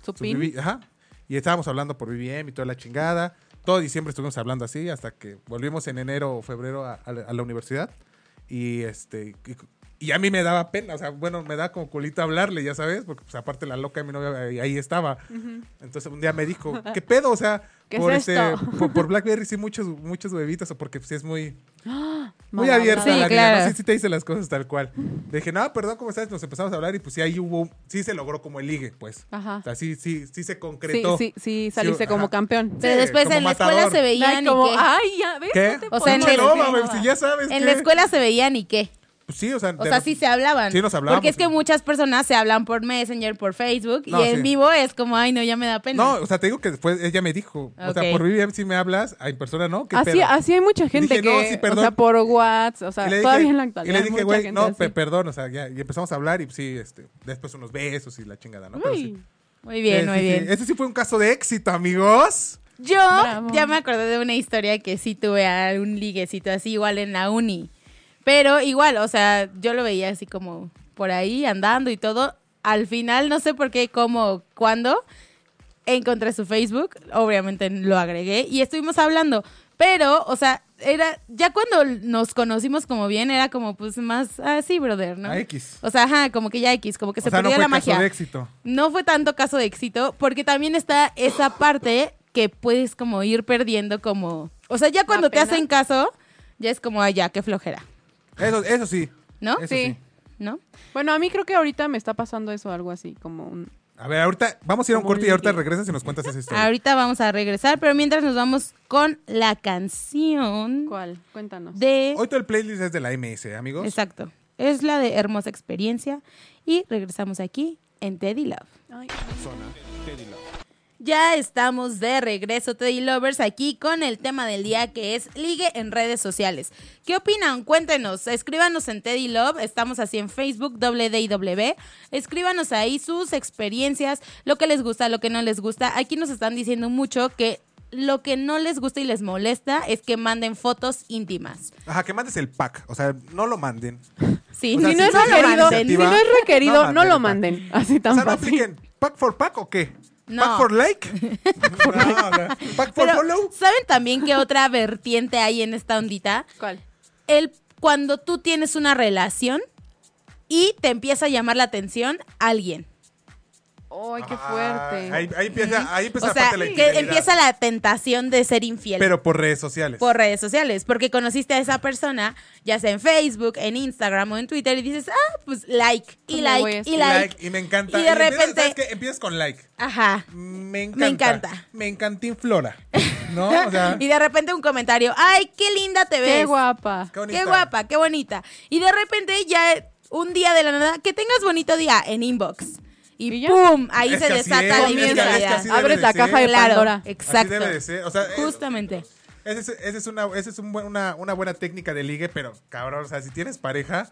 Su su pin. BB ajá. Y estábamos hablando por BBM y toda la chingada. Todo diciembre estuvimos hablando así hasta que volvimos en enero o febrero a, a la- a la universidad. Y este y, y a mí me daba pena, o sea, bueno, me da como culito hablarle, ya sabes, porque pues, aparte la loca de mi novia ahí, ahí estaba. Entonces un día me dijo, ¿qué pedo? O sea, ¿Qué es por, este, esto? por, por Blackberry sí muchos, muchos bebitos, o porque pues, sí es muy, muy Mala hablada. abierta la Sí, niña, claro. ¿no? Sí, sí te dice las cosas tal cual. Le dije, no, perdón, ¿cómo estás? Nos empezamos a hablar y pues sí, ahí hubo, sí se logró como el ligue, pues. Ajá. O sea, sí, sí, sí se Sí, concretó. sí, sí, saliste Sí, como ajá. campeón. Pero Sí, después como en la matador. escuela se Ay, veían como, y qué. ay, ya, ¿ves? ¿Qué? No te O sea, en podemos el- No, decir mames, nada. si ya sabes ah, En que- la escuela se veían y qué. Pues sí, o sea. O de sea, rep- sí se hablaban. Sí nos hablábamos. Porque es que muchas personas se hablan por Messenger, por Facebook, No, y en sí. vivo es como, ay, no, ya me da pena. No, o sea, te digo que después ella me dijo, o Ok. sea, por VVM sí me hablas, ah, en persona no, ¿Qué Así, pedo? así hay mucha gente dije, que, no, sí, o perdón. sea, por WhatsApp, o sea, Y le dije- todavía en la Y actualidad. le dije, mucha güey, gente no, así. pe- perdón, o sea, ya, y empezamos a hablar y sí, este, después unos besos y la chingada, ¿no? Pero sí. Uy. Muy bien, Eh, muy sí, sí. bien. Ese sí fue un caso de éxito, amigos. Yo Bravo. ya me acordé de una historia que sí tuve a un liguecito así, igual en la uni. Pero igual, o sea, yo lo veía así como por ahí, andando y todo. Al final, no sé por qué, cómo, cuándo, encontré su Facebook, obviamente lo agregué y estuvimos hablando. Pero, o sea, era ya cuando nos conocimos como bien, era como pues más así, brother, ¿no? A X. O sea, ajá, como que ya X, como que se o sea, no perdió fue la caso magia. de éxito. No fue tanto caso de éxito, porque también está esa parte que puedes como ir perdiendo como... O sea, ya cuando te pena? hacen caso, ya es como, ay, ya, qué flojera, Eso, eso sí. ¿no? Eso Sí. sí. ¿No? Bueno, a mí creo que ahorita me está pasando eso, algo así, como un... A ver, ahorita vamos a ir a un Como corte y un ahorita ligue. regresas y nos cuentas esa historia. Ahorita vamos a regresar, pero mientras nos vamos con la canción ¿Cuál? Cuéntanos. de... Hoy todo el playlist es de la MS, amigos. Exacto. Es la de Hermosa Experiencia y regresamos aquí en Teddy Love. Ay, Ya estamos de regreso, Teddy Lovers, aquí con el tema del día que es ligue en redes sociales. ¿Qué opinan? Cuéntenos, escríbanos en Teddy Love, estamos así en Facebook, WDIW. Escríbanos ahí sus experiencias, lo que les gusta, lo que no les gusta. Aquí nos están diciendo mucho que lo que no les gusta y les molesta es que manden fotos íntimas. Ajá, que mandes el pack. O sea, no lo manden. Sí, O sea, si no sí, es sí, sí, requerido, sí, sí, si sí, no sí, es sí, requerido, no no, lo manden, pa. manden. Así tan o sea, no fácil. apliquen pack for pack o qué? No. ¿Pack for like? No, no. ¿Pack for Pero, follow? ¿saben también qué otra vertiente hay en esta ondita? ¿Cuál? el cuando tú tienes una relación y te empieza a llamar la atención alguien. ¡Ay, qué Ah, fuerte! ahí, ahí empieza, ahí empieza o la sea, parte de Pues la que infidelidad. empieza la tentación de ser infiel. Pero pues. por redes sociales. por redes sociales, porque conociste a esa persona, ya sea en Facebook, en Instagram o en Twitter, y dices, ah, pues like, y Me voy a like, y hacer. like. y me encanta. Y de empiezas- repente- ¿sabes qué? Empiezas con like. Ajá. Me encanta. Me encanta. Me encantín Flora. ¿No? O sea, y de repente un comentario, ay, qué linda te ves. ¡Qué guapa! qué bonita. Qué guapa, qué bonita. Y de repente ya un día de la nada, que tengas bonito día en inbox. Y, ¿Y ya? ¡pum! Ahí Es se que así es, desata es la que- es que infidelidad. así debe Abres de la ser. caja de Claro, Pandora. exacto. Así debe de ser. O sea, eh, Justamente. Esa es, esa es una, esa es un buen- una, una buena técnica de ligue, pero cabrón, o sea, si tienes pareja,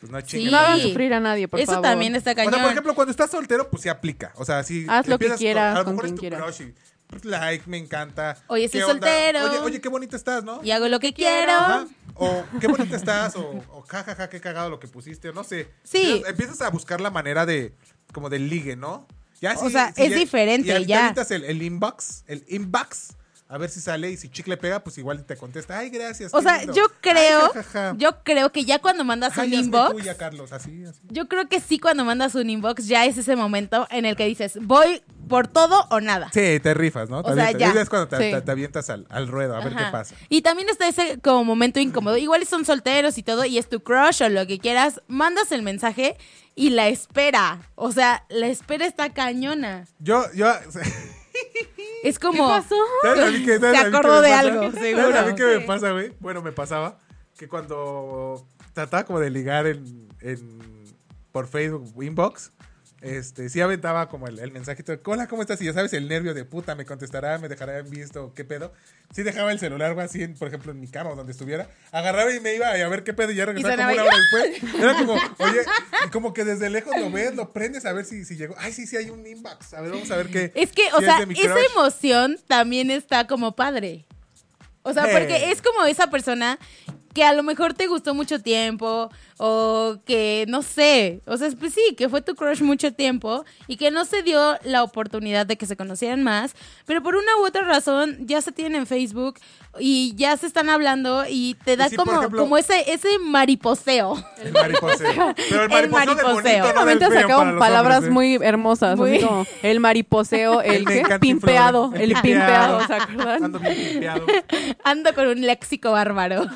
pues no chingues. No hagan Sí. sufrir a nadie, por Eso favor. también está O cañón. sea, por ejemplo, cuando estás soltero, pues se aplica. O sea, si Haz lo que empiezas quieras, a lo con mejor quien es tu quieras. crush y, pues, like, me encanta. Oye, ¿Qué estoy onda? soltero. Oye, oye, qué bonito estás, ¿no? y hago lo que quiero. Ajá. O qué bonito estás, o, o jajaja, qué cagado lo que pusiste, o no sé. Sí. Empiezas, empiezas a buscar la manera de, como del ligue, ¿no? Ya, O sea, es diferente, y ahorita ya. avientas el, el inbox, el inbox, a ver si sale y si chicle pega, pues igual te contesta, ay, gracias. O qué sea, lindo". yo Ay, creo, jajaja. yo creo que ya cuando mandas Ay, un hazme inbox, tuya, Carlos, así, así. yo creo que sí cuando mandas un inbox ya es ese momento en el que dices, voy por todo o nada. Sí, te rifas, ¿no? Te O sea, avientas. ya. Es cuando te, Sí. te- te avientas al, al ruedo a ver Ajá. qué pasa. Y también está ese como momento incómodo. Igual son solteros y todo, y es tu crush o lo que quieras, mandas el mensaje y la espera. O sea, la espera está cañona. Yo, yo. Es como... ¿Sabes a mí qué- sabes Se a mí qué acordó me de pasa? algo, ¿Sabes seguro. a mí qué me Sí. pasa, güey? Bueno, me pasaba que cuando trataba como de ligar en, en- por Facebook inbox, este, sí aventaba como el, el mensajito de, hola, ¿cómo estás? Y ya sabes, el nervio de puta, me contestará, me dejará en visto, ¿qué pedo? Sí dejaba el celular, güey, así, en, por ejemplo, en mi cama o donde estuviera, agarraba y me iba y a ver qué pedo, y ya regresaba como sonaba una y- hora después. Era como, oye, y como que desde lejos lo ves, lo prendes a ver si, si llegó. Ay, sí, sí, hay un inbox, a ver, vamos a ver qué. Es que, o si sea, de mi esa crush. emoción también está como padre. O sea, Sí. porque es como esa persona que a lo mejor te gustó mucho tiempo o que, no sé, o sea, pues sí, que fue tu crush mucho tiempo y que no se dio la oportunidad de que se conocieran más, pero por una u otra razón ya se tienen en Facebook y ya se están hablando y te da si, por como, ejemplo- como ese, ese mariposeo. El mariposeo. Pero el mariposeo, del mariposeo. En bonito, no En del este momento feo para sacaron los palabras hombres, ¿eh? muy hermosas, Muy- así como el mariposeo, el, me ¿qué? encanta pimpeado, Flora, el pimpeado, ¿se acuerdan? Ando bien pimpeado. Ando con un léxico bárbaro.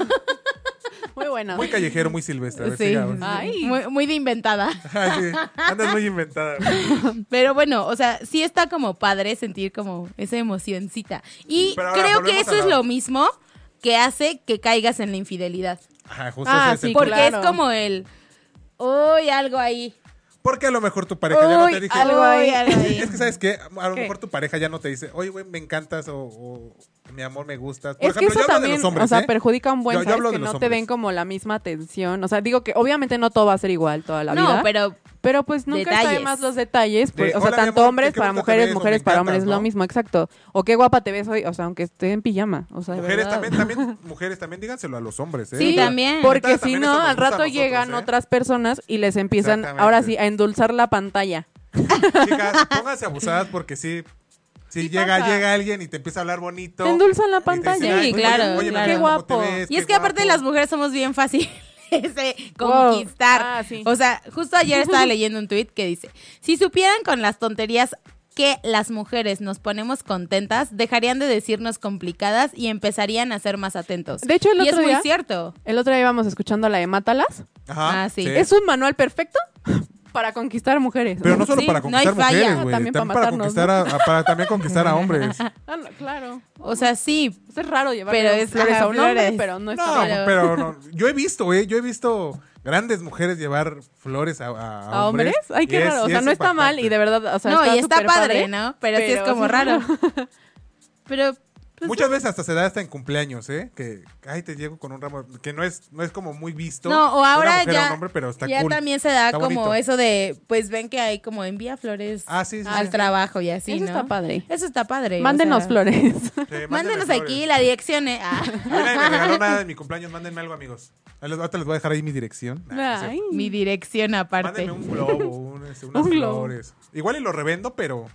Muy buena. Muy callejero, muy silvestre. a ver, Sí. siga, güey. Ay. Muy, muy de inventada. Ay, sí. Andas muy inventada. güey. Pero bueno, o sea, sí está como padre sentir como esa emocioncita. Y Pero ahora creo que volvemos eso a es la- lo mismo que hace que caigas en la infidelidad. Ajá, justo Ah, ese es el sí, punto. Porque claro. es como el, uy, algo ahí. Porque a lo mejor tu pareja ya no te Uy, dije. algo ahí. uy, algo ahí. Es que, ¿sabes qué? A lo ¿Qué? mejor tu pareja ya no te dice, oye, güey, me encantas o, o, mi amor, me gustas. Por Es que ejemplo, eso yo hablo de también, los hombres, o sea, ¿eh? perjudica un buen Yo- yo ¿sabes? hablo de que los no te hombres. den como la misma atención. O sea, digo que obviamente no todo va a ser igual toda la vida. No, pero Pero pues nunca está de Detalles. más los detalles. pues, De, o sea, "Hola, mi tanto amor, hombres qué para bonita te mujeres, ves, o me mujeres para hombres, encantas, lo ¿no? mismo, exacto. O qué guapa te ves hoy, o sea, aunque esté en pijama. O sea, de Mujeres verdad. también, también, mujeres también, díganselo a los hombres, ¿eh? Sí, O sea, también. neta, Porque si también no, eso nos al gusta a rato nosotros, llegan ¿eh? otras personas y les empiezan, Exactamente. ahora sí, a endulzar la pantalla. Chicas, pónganse abusadas porque sí. Si Sí llega, pasa. llega alguien y te empieza a hablar bonito. Te endulzan la Y te dicen, pantalla. "Ay, pues, Sí, oye, claro, oye, claro. mi amor, ¿cómo Qué guapo. te ves? y Qué es que aparte guapo". las mujeres somos bien fáciles de Wow. conquistar. Ah, sí. O sea, justo ayer estaba leyendo un tuit que dice, si supieran con las tonterías que las mujeres nos ponemos contentas, dejarían de decirnos complicadas y empezarían a ser más atentos. De hecho, el y otro es día- muy cierto. El otro día íbamos escuchando la de Mátalas. Ajá, Ah, sí. Es un manual perfecto para conquistar mujeres. ¿Eh? Pero no solo Sí, para no conquistar hay falla. mujeres, Ah, güey. también También, para para, matarnos, conquistar a, a- para también conquistar a hombres. Ah, no, claro. O sea, sí. O sea, Pues Es raro llevar Pero es- flores ajá, a un hombre, flores. pero no es No, tan Claro. pero no, yo he visto, güey. Yo he visto grandes mujeres llevar flores a, a- a ¿A hombres? Ay, y qué es- raro. O y sea, es no está mal impactante. y de verdad, o sea, no, y está súper padre, ¿no? Pero, sí es como raro. Pero pues, Muchas veces hasta se da hasta en cumpleaños, ¿eh? Que, ay, te llego con un ramo, que no es, no es como muy visto. No, o de una ahora mujer a un ya, hombre, pero está ya cool. también se da Está como bonito. eso de, pues ven que hay como envía flores Ah, sí, sí, al sí. trabajo y así, Eso ¿no? está padre. Eso está padre. o Mándenos sea, flores. Sí, Mándenos Eh, flores. aquí la dirección, eh. Ah. A mí nadie me regaló nada de mi cumpleaños, mándenme algo, amigos. Ahí les- Ahorita les voy a dejar ahí mi dirección. Nah, no sé. Ay. Mi dirección aparte. Mándenme un globo, un- este, unas Un globo. flores. Igual y lo revendo, pero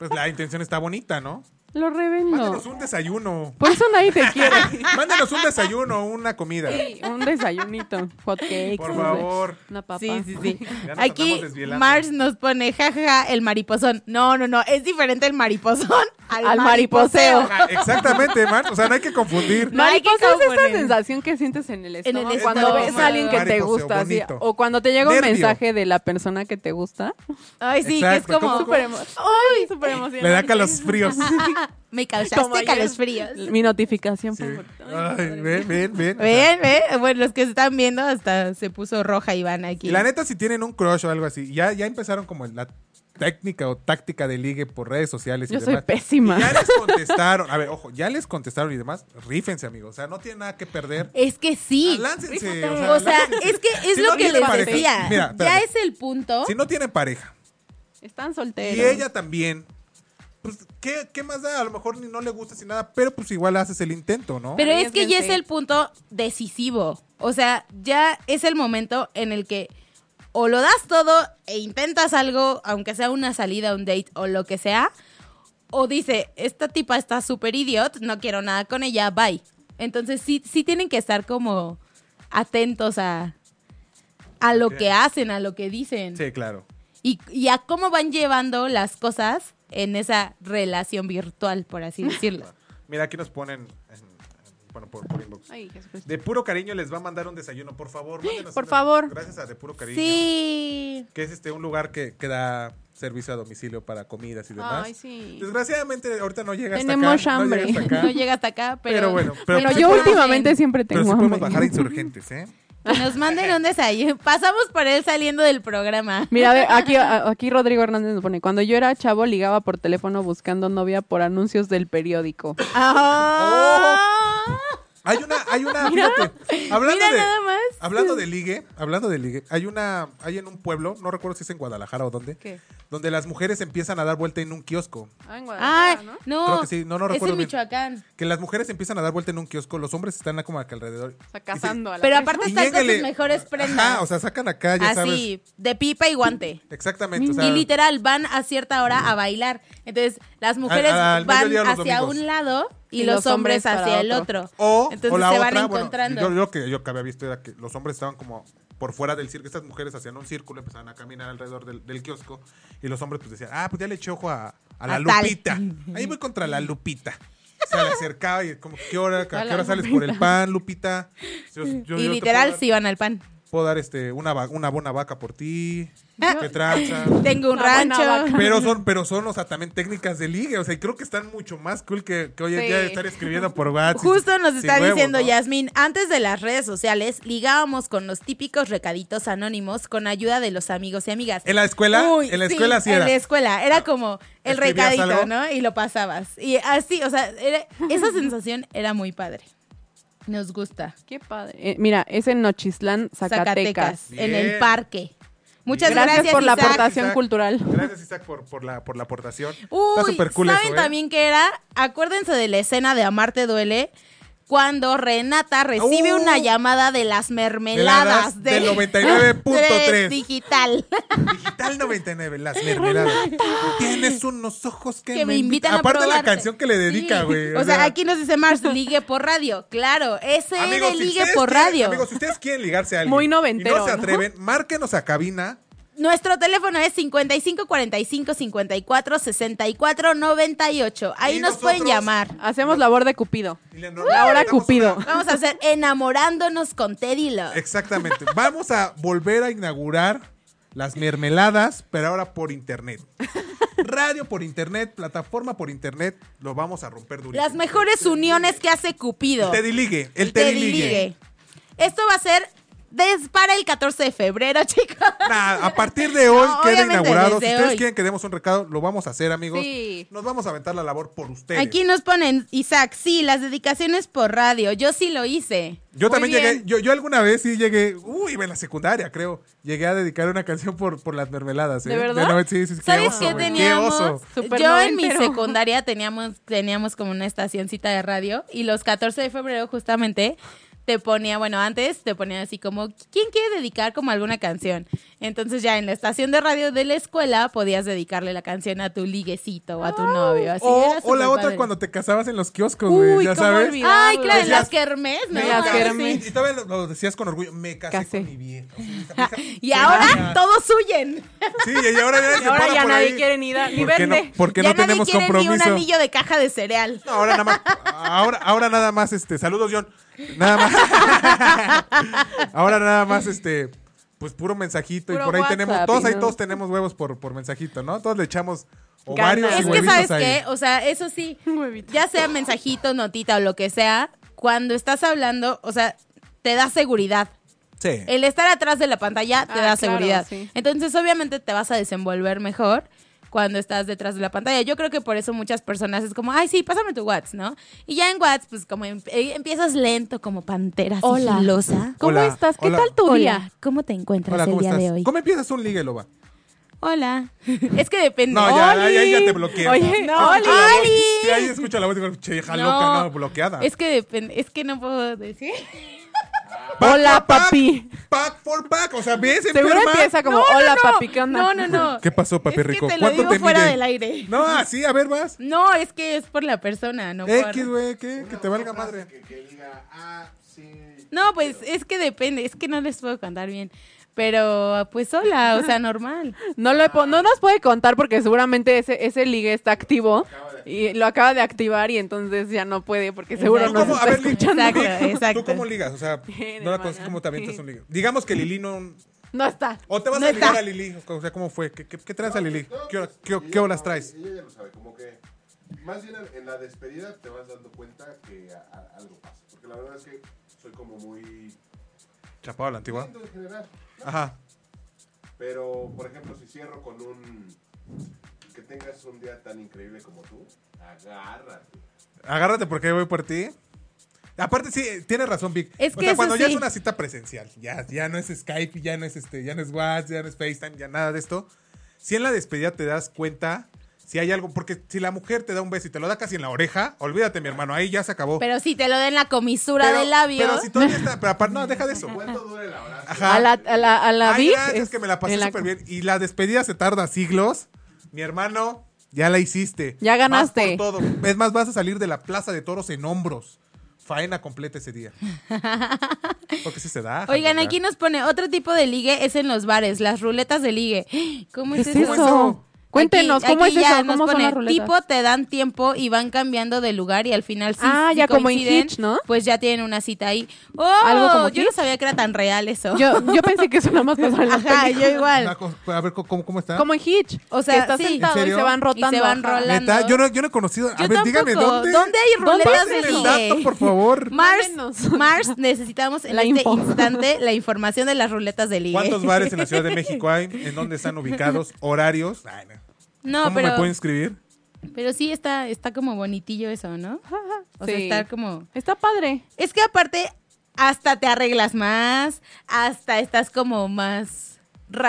pues la intención está bonita, ¿no? Lo revendo. Mándanos un desayuno. Por eso nadie te quiere. Mándanos un desayuno, una comida. Sí, un desayunito. Hot cakes. Por no sé, favor. Una papa. Sí, sí, sí. Ya nos Aquí andamos desvielando. Mars nos pone, jajaja, el mariposón. No, no, no, es diferente el mariposón al, Al mariposeo. mariposeo. Ajá, Ah, Exactamente, Mars. O sea, no hay que confundir. No hay que Mariposa pues es esta confundir. sensación que sientes en el estómago estómago. cuando ves a alguien que te Mariposeo, gusta. así, bonito. o cuando te llega un Nervio. mensaje de la persona que te gusta. Ay, sí, que Exacto, es como... ¿cómo- Súper emo- ¡Ay! Súper emocionante. Le da calos fríos. Me Como causaste ayer. calosfríos. Mi notificación. Sí. Ah, por favor. Ay, ven, ven, ven. Ven, ven. Bueno, los que se están viendo hasta se puso roja Iván aquí. Y la neta, si tienen un crush o algo así, ya, ya empezaron como la técnica o táctica de ligue por redes sociales y Yo soy demás. pésima. ya les contestaron, a ver, ojo, ya les contestaron y demás, rífense, amigos. O sea, no tienen nada que ¿Eh? perder. Es que sí. Ah, Láncense. O sea, láncense. es que es Si lo no que tiene les pareja- decía. Mira, ya espérate. es el punto. Si no tienen pareja Están y solteros. ella también, pues, ¿qué, qué más da? A lo mejor ni no le gusta ni nada, pero pues igual haces el intento, ¿no? Pero es que ya es Arriésguense. el punto decisivo. O sea, ya es el momento en el que o lo das todo e intentas algo, aunque sea una salida, un date o lo que sea, o dice, esta tipa está súper idiot, no quiero nada con ella, bye. Entonces sí, sí tienen que estar como atentos a, a lo que hacen, a lo que dicen Sí, claro. y, y a cómo van llevando las cosas en esa relación virtual, por así decirlo. Mira, aquí nos ponen, en- bueno, por, por inbox. Ay, Jesucristo. De puro cariño les va a mandar un desayuno, por favor. mándenos Por una- favor. Gracias a De puro cariño. Sí. que es este un lugar que, que da servicio a domicilio para comidas y demás. Ay, sí. Desgraciadamente ahorita no llega hasta Tenemos acá. hambre. No llega hasta acá. No llega hasta acá, pero, Pero bueno, pero Bueno, sí yo podemos- últimamente siempre tengo Pero sí podemos hambre. bajar a insurgentes, ¿eh? Que nos manden un desayuno. Pasamos por él saliendo del programa. Mira, a ver, aquí, a- aquí Rodrigo Hernández nos pone, cuando yo era chavo ligaba por teléfono buscando novia por anuncios del periódico. Ah. Hay una, hay una, fíjate, hablando mira de, nada más. hablando de ligue, hablando de ligue, hay una, hay en un pueblo, no recuerdo si es en Guadalajara o dónde, ¿Qué? donde las mujeres empiezan a dar vuelta en un kiosco, Ah, en Ay, Guadalajara, ¿no? no. Creo que sí, no, no es recuerdo en bien. Michoacán. que las mujeres empiezan a dar vuelta en un kiosco, los hombres están como que alrededor, O sea, cazando a la Pero persona. aparte Y están con sus llégale. mejores prendas. Ah, Ajá, o sea, sacan acá, Ah, ya sabes, así, de pipa y guante. exactamente, o sea, y literal, van a cierta hora a bailar. Entonces, las mujeres Al- al van mediodía los hacia domingos. un lado y, Y los, los hombres, hombres hacia para el otro. otro. O, Entonces o la se van otra, bueno, encontrando. yo, yo lo que yo que había visto era que los hombres estaban como por fuera del círculo, estas mujeres hacían un círculo, empezaban a caminar alrededor del, del kiosco y los hombres pues decían, ah, pues ya le eché ojo a, a la A tal. Lupita. Ahí voy contra la Lupita. O sea, le acercaba y como, ¿qué hora, a qué A la hora sales por el pan, Lupita? Yo- yo- yo y te literal, puedo sí van al pan. dar- Puedo dar este, una, va- una buena vaca por ti, qué tranza. Tengo un Una buena rancho. vaca. Pero son, pero son, o sea, también técnicas de ligue. O sea, y creo que están mucho más cool que, que hoy en Sí. día de estar escribiendo por WhatsApp. Justo nos sin está huevos, diciendo ¿no? Yasmín, antes de las redes sociales ligábamos con los típicos recaditos anónimos con ayuda de los amigos y amigas. ¿En la escuela? Uy, en la escuela sí, En era. Ah, la escuela, era como el ¿Escribías recadito, algo? ¿no? Y lo pasabas. Y así, o sea, era- esa sensación era muy padre. Nos gusta. Qué padre. Eh, mira, es en Nochislán, Zacatecas. Zacatecas, en el Bien. parque. Muchas Bien. gracias, Gracias por la Isaac. aportación. Acción Isaac, cultural. Gracias, Isaac, por, por la, por la aportación. Está Uy, súper cool ¿saben eso, ¿eh? también qué era? Acuérdense de la escena de Amarte Duele cuando Renata recibe Uh. una llamada de las mermeladas ¿eh? Del 99.3. digital. Digital 99, las mermeladas. Tienes unos ojos que, Que me invitan a Aparte de la probarte. canción que le dedica, Sí. güey. O sea, aquí nos dice Mars, ligue por radio. Claro, ese Amigos, de si ligue ustedes por quieren- radio. Amigos, si ustedes quieren ligarse a alguien Muy y noventero, no se ¿no? atreven, márquenos a cabina. Nuestro teléfono es 55 45 54 64 98. Ahí Y nos pueden nosotros- llamar. Hacemos labor de Cupido. y le- Ahora le damos Cupido. una- Vamos a hacer enamorándonos con Teddy Love. Exactamente. Vamos a volver a inaugurar las mermeladas, pero ahora por internet. Radio por internet, plataforma por internet, lo vamos a romper durísimo. Las mejores uniones que hace Cupido. Teddy Ligue, el Te Teddy Ligue. diligue. Esto va a ser des para el 14 de febrero, chicos. Nah, a partir de hoy No, queda obviamente, inaugurado. Si desde ustedes hoy. quieren que demos un recado, lo vamos a hacer, amigos. Sí. Nos vamos a aventar la labor por ustedes. Aquí nos ponen, Isaac, sí, las dedicaciones por radio. Yo sí lo hice. yo Muy también llegué, bien. yo, yo alguna vez sí llegué, uy, iba en la secundaria, creo. Llegué a dedicar una canción por, por las mermeladas. ¿eh? ¿De verdad? nove- sí, sí, sí, qué ¿Sabes oso, qué güey, teníamos? oso. Súper Yo en mi noventero. secundaria teníamos, teníamos como una estacioncita de radio y los 14 de febrero justamente te ponía, bueno, antes te ponía así como, ¿quién quiere dedicar como alguna canción? Entonces ya en la estación de radio de la escuela podías dedicarle la canción a tu liguecito o a Ah. tu novio. Así o, era o la otra superpadre. cuando te casabas en los kioscos, Uy, güey, ya ¿cómo sabes. olvidar? Ay, claro, en Decías, las kermés, ¿no? me las Ay, sí. kermés. Y todavía lo, lo decías con orgullo, me casé, Casé. con mi vieja. O sea, esa vieja- Y ahora todos huyen. Sí, y ahora ya, Y se ahora para ya por nadie ahí. quiere ni dar, ni ¿Por qué no, vende. por qué ya no nadie tenemos quiere compromiso? ni un anillo de caja de cereal. No, ahora nada más. Ahora, ahora nada más, este. Saludos, John. Nada más. ahora nada más, este. Pues puro mensajito. y Puro por ahí WhatsApp, tenemos. Todos y ahí no. todos tenemos huevos por, por mensajito, ¿no? Todos le echamos Ganas. ovarios y Es que huevitos sabes ahí. qué, o sea, eso sí, Huevito. ya sea mensajito, notita o lo que sea, cuando estás hablando, o sea, te da seguridad. Sí. El estar atrás de la pantalla te Ah, da claro, seguridad. sí. Entonces, obviamente te vas a desenvolver mejor cuando estás detrás de la pantalla. Yo creo que por eso muchas personas es como, ay, sí, pásame tu WhatsApp, ¿no? Y ya en WhatsApp, pues como em- eh, empiezas lento, como pantera Hola. sigilosa. ¿Cómo Hola, estás? ¿Qué hola. tal tu Hola, día? ¿cómo te encuentras Hola, el ¿cómo día estás? de hoy? ¿Cómo empiezas un ligue, Loba? Hola. es que depende. No, ya, ¡Oli! ahí, ahí ya te bloqueo. Oye, no, ¡Oli! Sí, ahí escucho la voz y digo, che, hija No. loca, no, bloqueada. Es que depende, es que no puedo decir. Back Hola, for back, papi. Back for back. O sea, ¿ves? Seguro enferma? empieza como, No, no, hola no. papi, ¿qué onda? No, no, no. ¿Qué pasó, papi Es que rico? te lo ¿Cuánto digo te fuera mide? del aire. No, así, a ver, vas. No, es que es por la persona, no por- X, güey, ¿qué? Que te valga madre. Que, que diga, ah, sí. No, pues es que depende, es que no les puedo contar bien. Pero pues hola, o sea, normal. No, lo, he po- no nos puede contar porque seguramente ese, ese ligue está activo y lo acaba de activar y entonces ya no puede porque seguro ¿Tú Exacto. no cómo, está a ver, Lili, escuchando. Exacto, ¿tú- exacto. ¿Tú cómo ligas? O sea, Bien, no la hermana. conoces, ¿cómo te avientas un ligue? Digamos que Lili no... No está. O te vas No a ligar está. a Lili. O sea, ¿cómo fue? ¿Qué, qué, qué traes a Lili? ¿Qué, hora- qué, qué horas traes? Ella ya lo sabe, como que más bien en, en la despedida te vas dando cuenta que a- a- algo pasa. Porque la verdad es que soy como muy Chapado a la antigua. siento en general. Ajá. Pero, por ejemplo, si cierro con un que tengas un día tan increíble como tú, agárrate. Agárrate porque voy por ti. Aparte, sí, tienes razón, Vic. Es o que sea, eso cuando ya sí. es una cita presencial, ya, ya no es Skype, ya no es este, ya no es WhatsApp, ya no es FaceTime, ya nada de esto. Si en la despedida te das cuenta si hay algo, porque si la mujer te da un beso y te lo da casi en la oreja, olvídate, mi hermano, ahí ya se acabó. Pero si te lo den la comisura del labio. pero si todavía está, pero aparte, no, deja de eso. ¿Cuánto dura el abrazo? Ajá. A la, a la, a la Ay, Vic gracias, que me la pasé en súper bien. Y la despedida se tarda siglos. Mi hermano, ya la hiciste. Ya ganaste. Vas por todo. Es más, vas a salir de la plaza de toros en hombros. Faena completa ese día. Porque si se da. Oigan, Javier. aquí nos pone otro tipo de ligue es en los bares, las ruletas de ligue. ¿Cómo ¿Qué es es eso? eso? Cuéntenos, ¿cómo aquí es ya eso? nos ¿Cómo son pone, las ruletas? Tipo, te dan tiempo y van cambiando de lugar y al final sí. Ah, sí ya como en coinciden, Hitch, ¿no? Pues ya tienen una cita ahí. ¡Oh! Algo como yo no Hitch. sabía que era tan real eso. Yo, yo pensé que eso nada más pasaba en las Ajá, yo películas. Una igual. cosa- A ver, ¿cómo, cómo está? Como en Hitch. O sea, que estás sí. sentado ¿En y serio? se van Y se rotando. van ajá. rolando. Neta, yo no, yo no he conocido. A Yo ver, dígame tampoco. dónde. hay ruletas Pásenle de el ligue? dato, por favor. Mars, Mándenos. Mars, necesitamos en La este info. instante la información de las ruletas de ligue. ¿Cuántos bares en la Ciudad de México hay? ¿En dónde están ubicados? ¿Horarios? Ay, no. No, ¿Cómo pero, me puedo inscribir? pero sí está, está como bonitillo eso, ¿no? O sea, Sí. estar como... Está padre. Es que aparte, hasta te arreglas más, hasta estás como más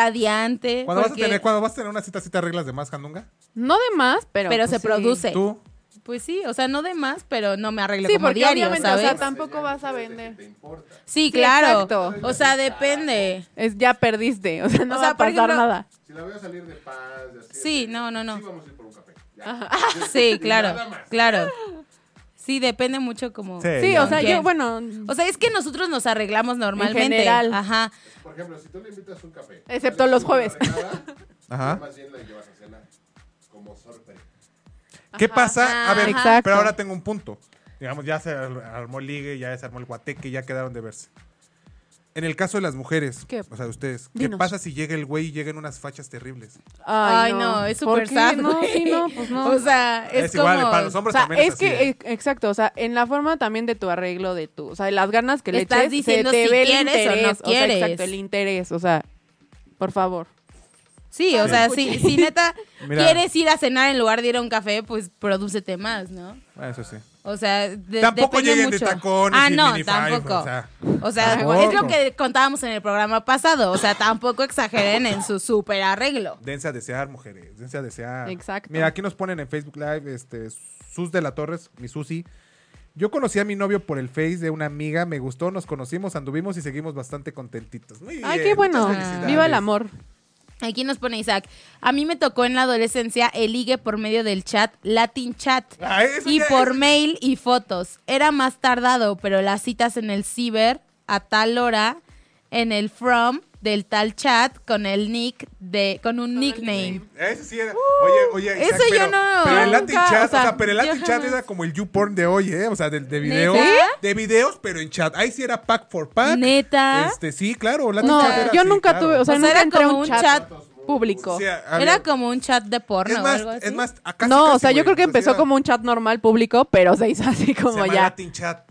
radiante. ¿Cuándo vas, a porque- tener, cuando vas a tener una cita, cita reglas de más, Candunga? No de más, pero. Pero pues, se sí. produce. ¿Tú? Pues sí, o sea, no de más, pero no me arreglo Sí, como porque diario, obviamente, o ¿sabes? sea, tampoco vas a vender. Te importa. sí, Sí, claro. exacto. o sea, depende. Es, ya perdiste. O sea, no O sea, va a por pasar ejemplo, nada. Si la veo salir de paz, de así. Sí, de- no, no, no. Sí, vamos a ir por un café. Ya. Sí, Y claro, nada más. claro. Sí, depende mucho como... Sí. Sí, ya. o sea, Bien. yo, bueno. O sea, es que nosotros nos arreglamos normalmente. general. Ajá. Por ejemplo, si tú le invitas un café. Excepto le los pides jueves. una regada, Ajá. Más bien la llevas a cenar. Como sorpresa. ¿Qué pasa? A Ajá. ver, Exacto. pero ahora tengo un punto. Digamos, ya se ar- armó el ligue, ya se armó el guateque, ya quedaron de verse. En el caso de las mujeres, ¿Qué? o sea, de ustedes, ¿qué Dinos. pasa si llega el güey y llegan unas fachas terribles? Ay, no, es ¿Por súper qué? sad. No, güey. sí, no, pues no. O sea, es, Es, igual, como... para los O hombres sea, también es es, así, que, ¿eh? eh, exacto, o sea, en la forma también de tu arreglo, de tu, o sea, las ganas que le Estás eches, diciendo se te si ve el quieres o no interés, sea, quieres. exacto, el interés, o sea, por favor. Sí, o sea, si, si neta Mira. quieres ir a cenar en lugar de ir a un café, pues prodúcete más, ¿no? Ah, eso sí. O sea, de- Tampoco depende lleguen de mucho. tacones Ah, y no, mini tampoco. five, o sea, o sea, tampoco. es lo que contábamos en el programa pasado. O sea, tampoco exageren en su súper arreglo. Dense a desear, mujeres, dense a desear. Exacto. Mira, aquí nos ponen en Facebook Live, este, Sus de la Torres, mi Susi. Yo conocí a mi novio por el Face de una amiga, me gustó, nos conocimos, anduvimos y seguimos bastante contentitos. Muy Ay, bien, qué bueno. muchas felicidades. Viva el amor. Aquí nos pone Isaac. A mí me tocó en la adolescencia el ligue por medio del chat, Latin Chat. Ah, eso y ya por es. mail y fotos. Era más tardado, pero las citas en el ciber a tal hora, en el from del tal chat con el nick de con un nickname. Eso sí era. oye, Uh, oye, Isaac, eso pero, yo no- Pero el nunca, Latin chat, o o sea, sea, pero el yo Latin chat jamás. era como el YouPorn de hoy, ¿eh? O sea, de, de videos. ¿Neta? De videos, pero en chat. Ahí sí era pack for pack. ¿Neta? Este, sí, claro. Latin No, chat era yo así, nunca claro. Pues tuve, o sea, O sea, nunca era entré a como un un chat, chat. público. O sea, había- Era como un chat de porno es o más, algo así. es más, acá no, o sea, yo creo que pues empezó como un chat normal público, pero se hizo así como ya. Latin chat.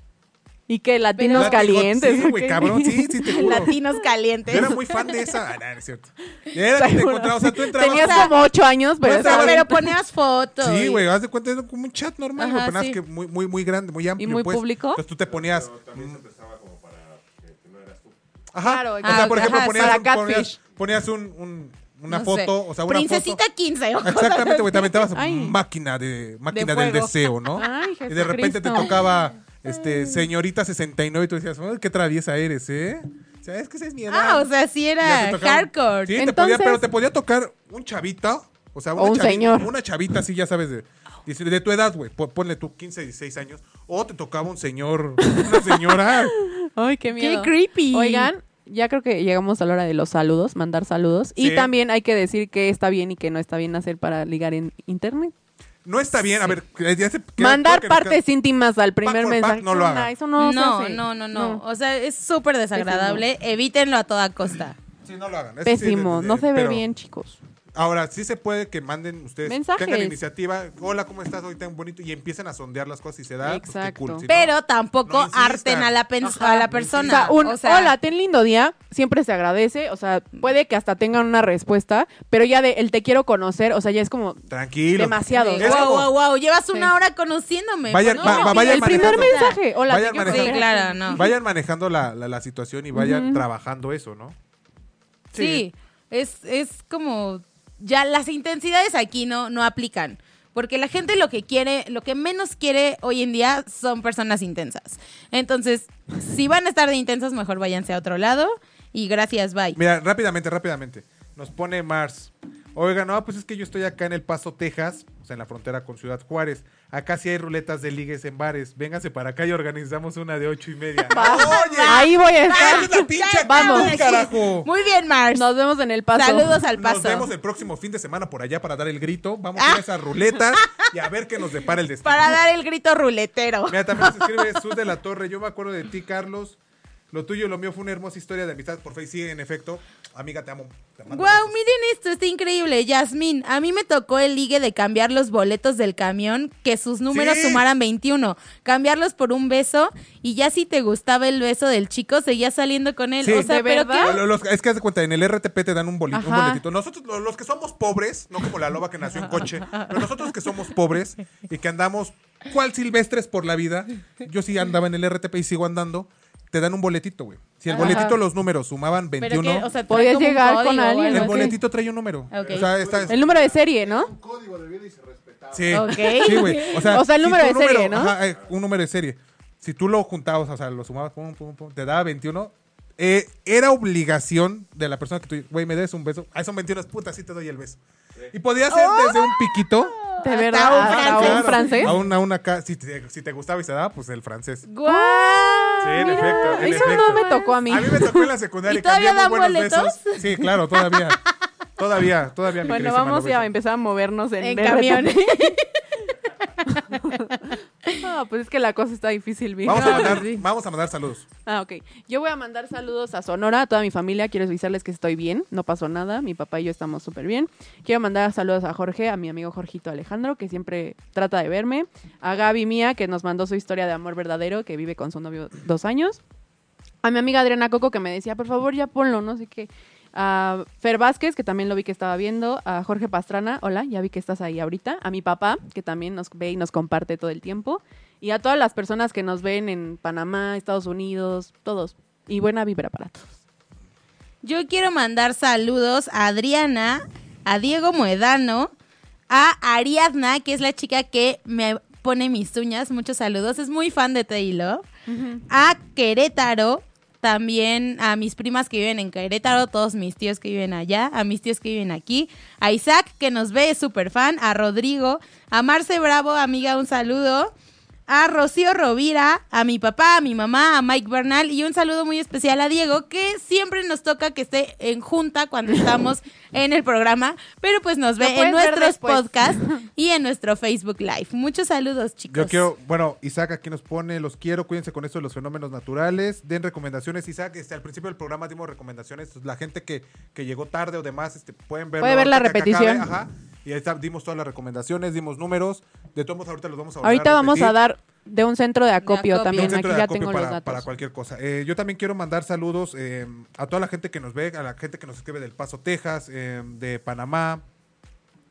Y que latinos Latin- calientes. Sí, güey, ¿ok? cabrón, sí, sí, te juro. Latinos Yo calientes. era muy fan de esa. Ah, no, no es cierto. Era que te Seguro. encontrabas, o sea, tú entrabas. Tenías como ocho años, pero, O sea, estabas- pero ponías fotos. Sí, y- güey, haz de cuenta, era como un chat normal, Ajá, güey, pero nada más sí. que muy, muy, muy grande, muy amplio. muy pues. público? Entonces tú te ponías. También se empezaba como para que, que no eras tú. Ajá. Claro, o sea, exacto. por ejemplo, Ajá, ponías, para un, ponías, catfish. ponías un- un- una no foto, sé. o sea, una Princesita foto. 15 o cosas Exactamente, güey, te aventabas Ay. máquina, de, máquina De del fuego. deseo, ¿no? Ay, y de repente te Jesucristo. tocaba, este, señorita 69, y tú decías, "Ay, qué traviesa eres, ¿eh? O sea, es que esa es mi edad. Ah, o sea, sí Ya te era tocaba- hardcore. Sí, te Entonces- podía, pero te podía tocar un chavita. O sea, una un chavita, señor. Una chavita así, ya sabes, de, dice, de tu edad, güey. po- Ponle tú 15, 16 años. O te tocaba un señor, una señora. Ay, qué miedo. creepy. Oigan, ya creo que llegamos a la hora de los saludos, mandar saludos. Y Sí. también hay que decir qué está bien y qué no está bien hacer para ligar en internet. No está bien, a ver. ya se- creo- mandar creo que nos partes íntimas al primer por pack, mensaje. no lo hagan. Eso No, no, se no, hace. no, no, O sea, es súper desagradable. Evítenlo a toda costa. queda- Sí, no lo hagan. eso sí, Pésimo, de- de- no se ve pero- bien, chicos. Ahora, sí se puede que manden ustedes. Mensajes. Tengan iniciativa. Hola, ¿cómo estás? Hoy tan bonito. Y empiecen a sondear las cosas y se da. pues, qué Exacto. cool, si no- Pero tampoco no insistan. arten a la, pen- Ajá. a la persona. O Ah, sea, un hola, ten lindo día, siempre se agradece, o sea, puede que hasta tengan una respuesta, pero ya de el te quiero conocer, o sea, ya es como Tranquilo. demasiado. Es wow, como- wow, wow, llevas una Sí. hora conociéndome. Pues, Vayan- ¿por No, qué me va- va- pides vayan el primer manejando. mensaje, hola, Vayan te quiero Sí, manejando. conocer. claro, no. Vayan manejando la, la, la situación y vayan trabajando eso, ¿no? Sí, es, es como ya las intensidades aquí no, no aplican. Porque la gente lo que quiere, lo que menos quiere hoy en día son personas intensas. Entonces, si van a estar de intensas, mejor váyanse a otro lado. Y gracias, bye. Mira, rápidamente, rápidamente. Nos pone Mars. Oiga, no, pues es que yo estoy acá en El Paso, Texas, o sea, en la frontera con Ciudad Juárez. Acá sí hay ruletas de ligues en bares. Véngase para acá y organizamos una de ocho y media. Ahí voy a estar. ¡Esa es la pinche actitud, Vamos. carajo! Ah, Muy bien, Mars. Nos vemos en el paso. Saludos al Nos paso. Ah. vemos el próximo fin de semana por allá para dar el grito. Vamos a ir a esas ruletas y a ver qué nos depara el destino. Para dar el grito ruletero. Mira, también se escribe Jesús de la Torre. Yo me acuerdo de ti, Carlos. Lo tuyo y lo mío fue una hermosa historia de amistad por Facebook. Sí, en efecto. Amiga, te amo. Te mando Wow, besos. miren esto, está increíble. Yasmín, a mí me tocó el ligue de cambiar los boletos del camión, que sus números Sí. sumaran 21, cambiarlos por un beso y ya si te gustaba el beso del chico, seguías saliendo con él. Sí. O sea, ¿De pero verdad? Lo- lo- los- es que haz de cuenta, en el RTP te dan un, boli- un Ajá. boletito. Nosotros, lo- los, que somos pobres, no como la loba que nació en coche, pero nosotros que somos pobres y que andamos cual silvestres por la vida, yo sí andaba en el RTP y sigo andando, te dan un boletito, güey. Si el boletito, los números sumaban que, 21, o sea, trae Podías como un llegar con código o alguien, algo el ¿no? así. boletito trae un número. Ok. O sea, esta es- El número de serie, ¿no? Un código de vida y se respetaba. Sí. Ok. Sí, güey. O sea, O sea, el si número tu de serie, ¿no? ajá, eh, un número de serie. Si tú lo juntabas, o sea, lo sumabas, pum, pum, pum, te daba 21. eh, era obligación de la persona que tú, güey, me des un beso. Ah, son 21, puta, sí te doy el beso. Y podía ser desde un piquito. De Hasta verdad, un hasta francés. ¡Oh! Ah, un francés. A una, a una ca- si, te, si te gustaba y se daba, pues el francés. ¡Guau! Sí, en efecto, en Ah, eso efecto. no me tocó a mí. A mí me tocó en la secundaria. ¿Y todavía cambié muy dan buenos boletos? besos. Sí, claro, todavía. Todavía, todavía. mi Bueno, queridísima vamos Lobeto. ya a empezar a movernos Oh, en, En el camión. RTP. Ah, pues es que la cosa está difícil, mija. Vamos a mandar, vamos a mandar saludos. Ah, ok. Yo voy a mandar saludos a Sonora, a toda mi familia. Quiero avisarles que estoy bien, no pasó nada. Mi papá y yo estamos súper bien. Quiero mandar saludos a Jorge, a mi amigo Jorgito Alejandro, que siempre trata de verme. A Gaby Mía, que nos mandó su historia de amor verdadero, que vive con su novio dos años. A mi amiga Adriana Coco, que me decía, por favor, ya ponlo, no sé qué. A Fer Vázquez, que también lo vi que estaba viendo. A Jorge Pastrana, hola, ya vi que estás ahí ahorita. A mi papá, que también nos ve y nos comparte todo el tiempo. Y a todas las personas que nos ven en Panamá, Estados Unidos, todos. Y buena vibra para todos. Yo quiero mandar saludos a Adriana, a Diego Moedano, a Ariadna, que es la chica que me pone mis uñas, muchos saludos, es muy fan de Teddy Love. A Querétaro, también a mis primas que viven en Querétaro, todos mis tíos que viven allá, a mis tíos que viven aquí, a Isaac que nos ve, es súper fan, a Rodrigo, a Marce Bravo, amiga, un saludo. A Rocío Rovira, a mi papá, a mi mamá, a Mike Bernal y un saludo muy especial a Diego, que siempre nos toca que esté en junta cuando estamos en el programa, pero pues nos Lo ve en puedes ver nuestros después. podcasts y en nuestro Facebook Live. Muchos saludos, chicos. Yo quiero, bueno, Isaac aquí nos pone, los quiero, cuídense con esto de los fenómenos naturales, den recomendaciones, Isaac, este, al principio del programa dimos recomendaciones, la gente que, que llegó tarde o demás, este, pueden verlo Puede ver la ahorita que acabe, repetición. ajá, y ahí está, dimos todas las recomendaciones, dimos números, de todos modos ahorita los vamos a volver Ahorita vamos a repetir. dar de un centro de acopio. acopio De un también. Aquí centro de ya acopio tengo para, los datos. para cualquier cosa. Eh, yo también quiero mandar saludos eh, a toda la gente que nos ve, a la gente que nos escribe del Paso, Texas, eh, de Panamá,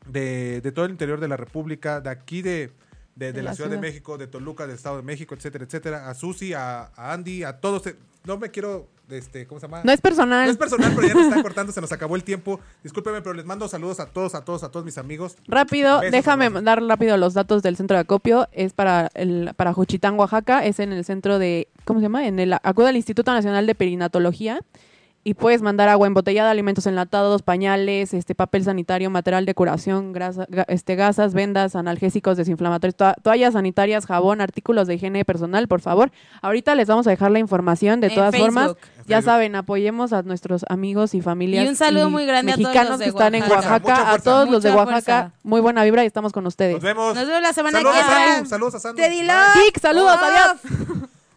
de, de todo el interior de la República, de aquí de, de- de De la, la Ciudad, de ciudad. México, de Toluca, del Estado de México, etcétera, etcétera. A Susi, a, a Andy, a todos. eh, No me quiero, este, ¿cómo se llama? No es personal. No es personal, pero ya nos está cortando, se nos acabó el tiempo. Discúlpeme, pero les mando saludos a todos, a todos, a todos mis amigos. Rápido, Besos, déjame hermano. dar rápido los datos del centro de acopio. Es para el para Juchitán, Oaxaca. Es en el centro de, ¿cómo se llama? En el acude al Instituto Nacional de Perinatología y puedes mandar agua embotellada, alimentos enlatados, pañales, este papel sanitario, material de curación, grasa- ga- este gasas, vendas, analgésicos, desinflamatorios, to- toallas sanitarias, jabón, artículos de higiene personal, por favor. Ahorita les vamos a dejar la información de En todas formas. Facebook. Ya Facebook. saben, apoyemos a nuestros amigos y familias. Y un saludo muy grande a todos mexicanos los de que están en Oaxaca. Oaxaca, Mucha a fuerza. todos los de Mucha Oaxaca. fuerza. Muy buena vibra y estamos con ustedes. Nos vemos. Nos vemos la semana saludos que a entra. Sandu, saludos a Sandu. Teddy Bye. Love. Geek, saludos, Off. adiós.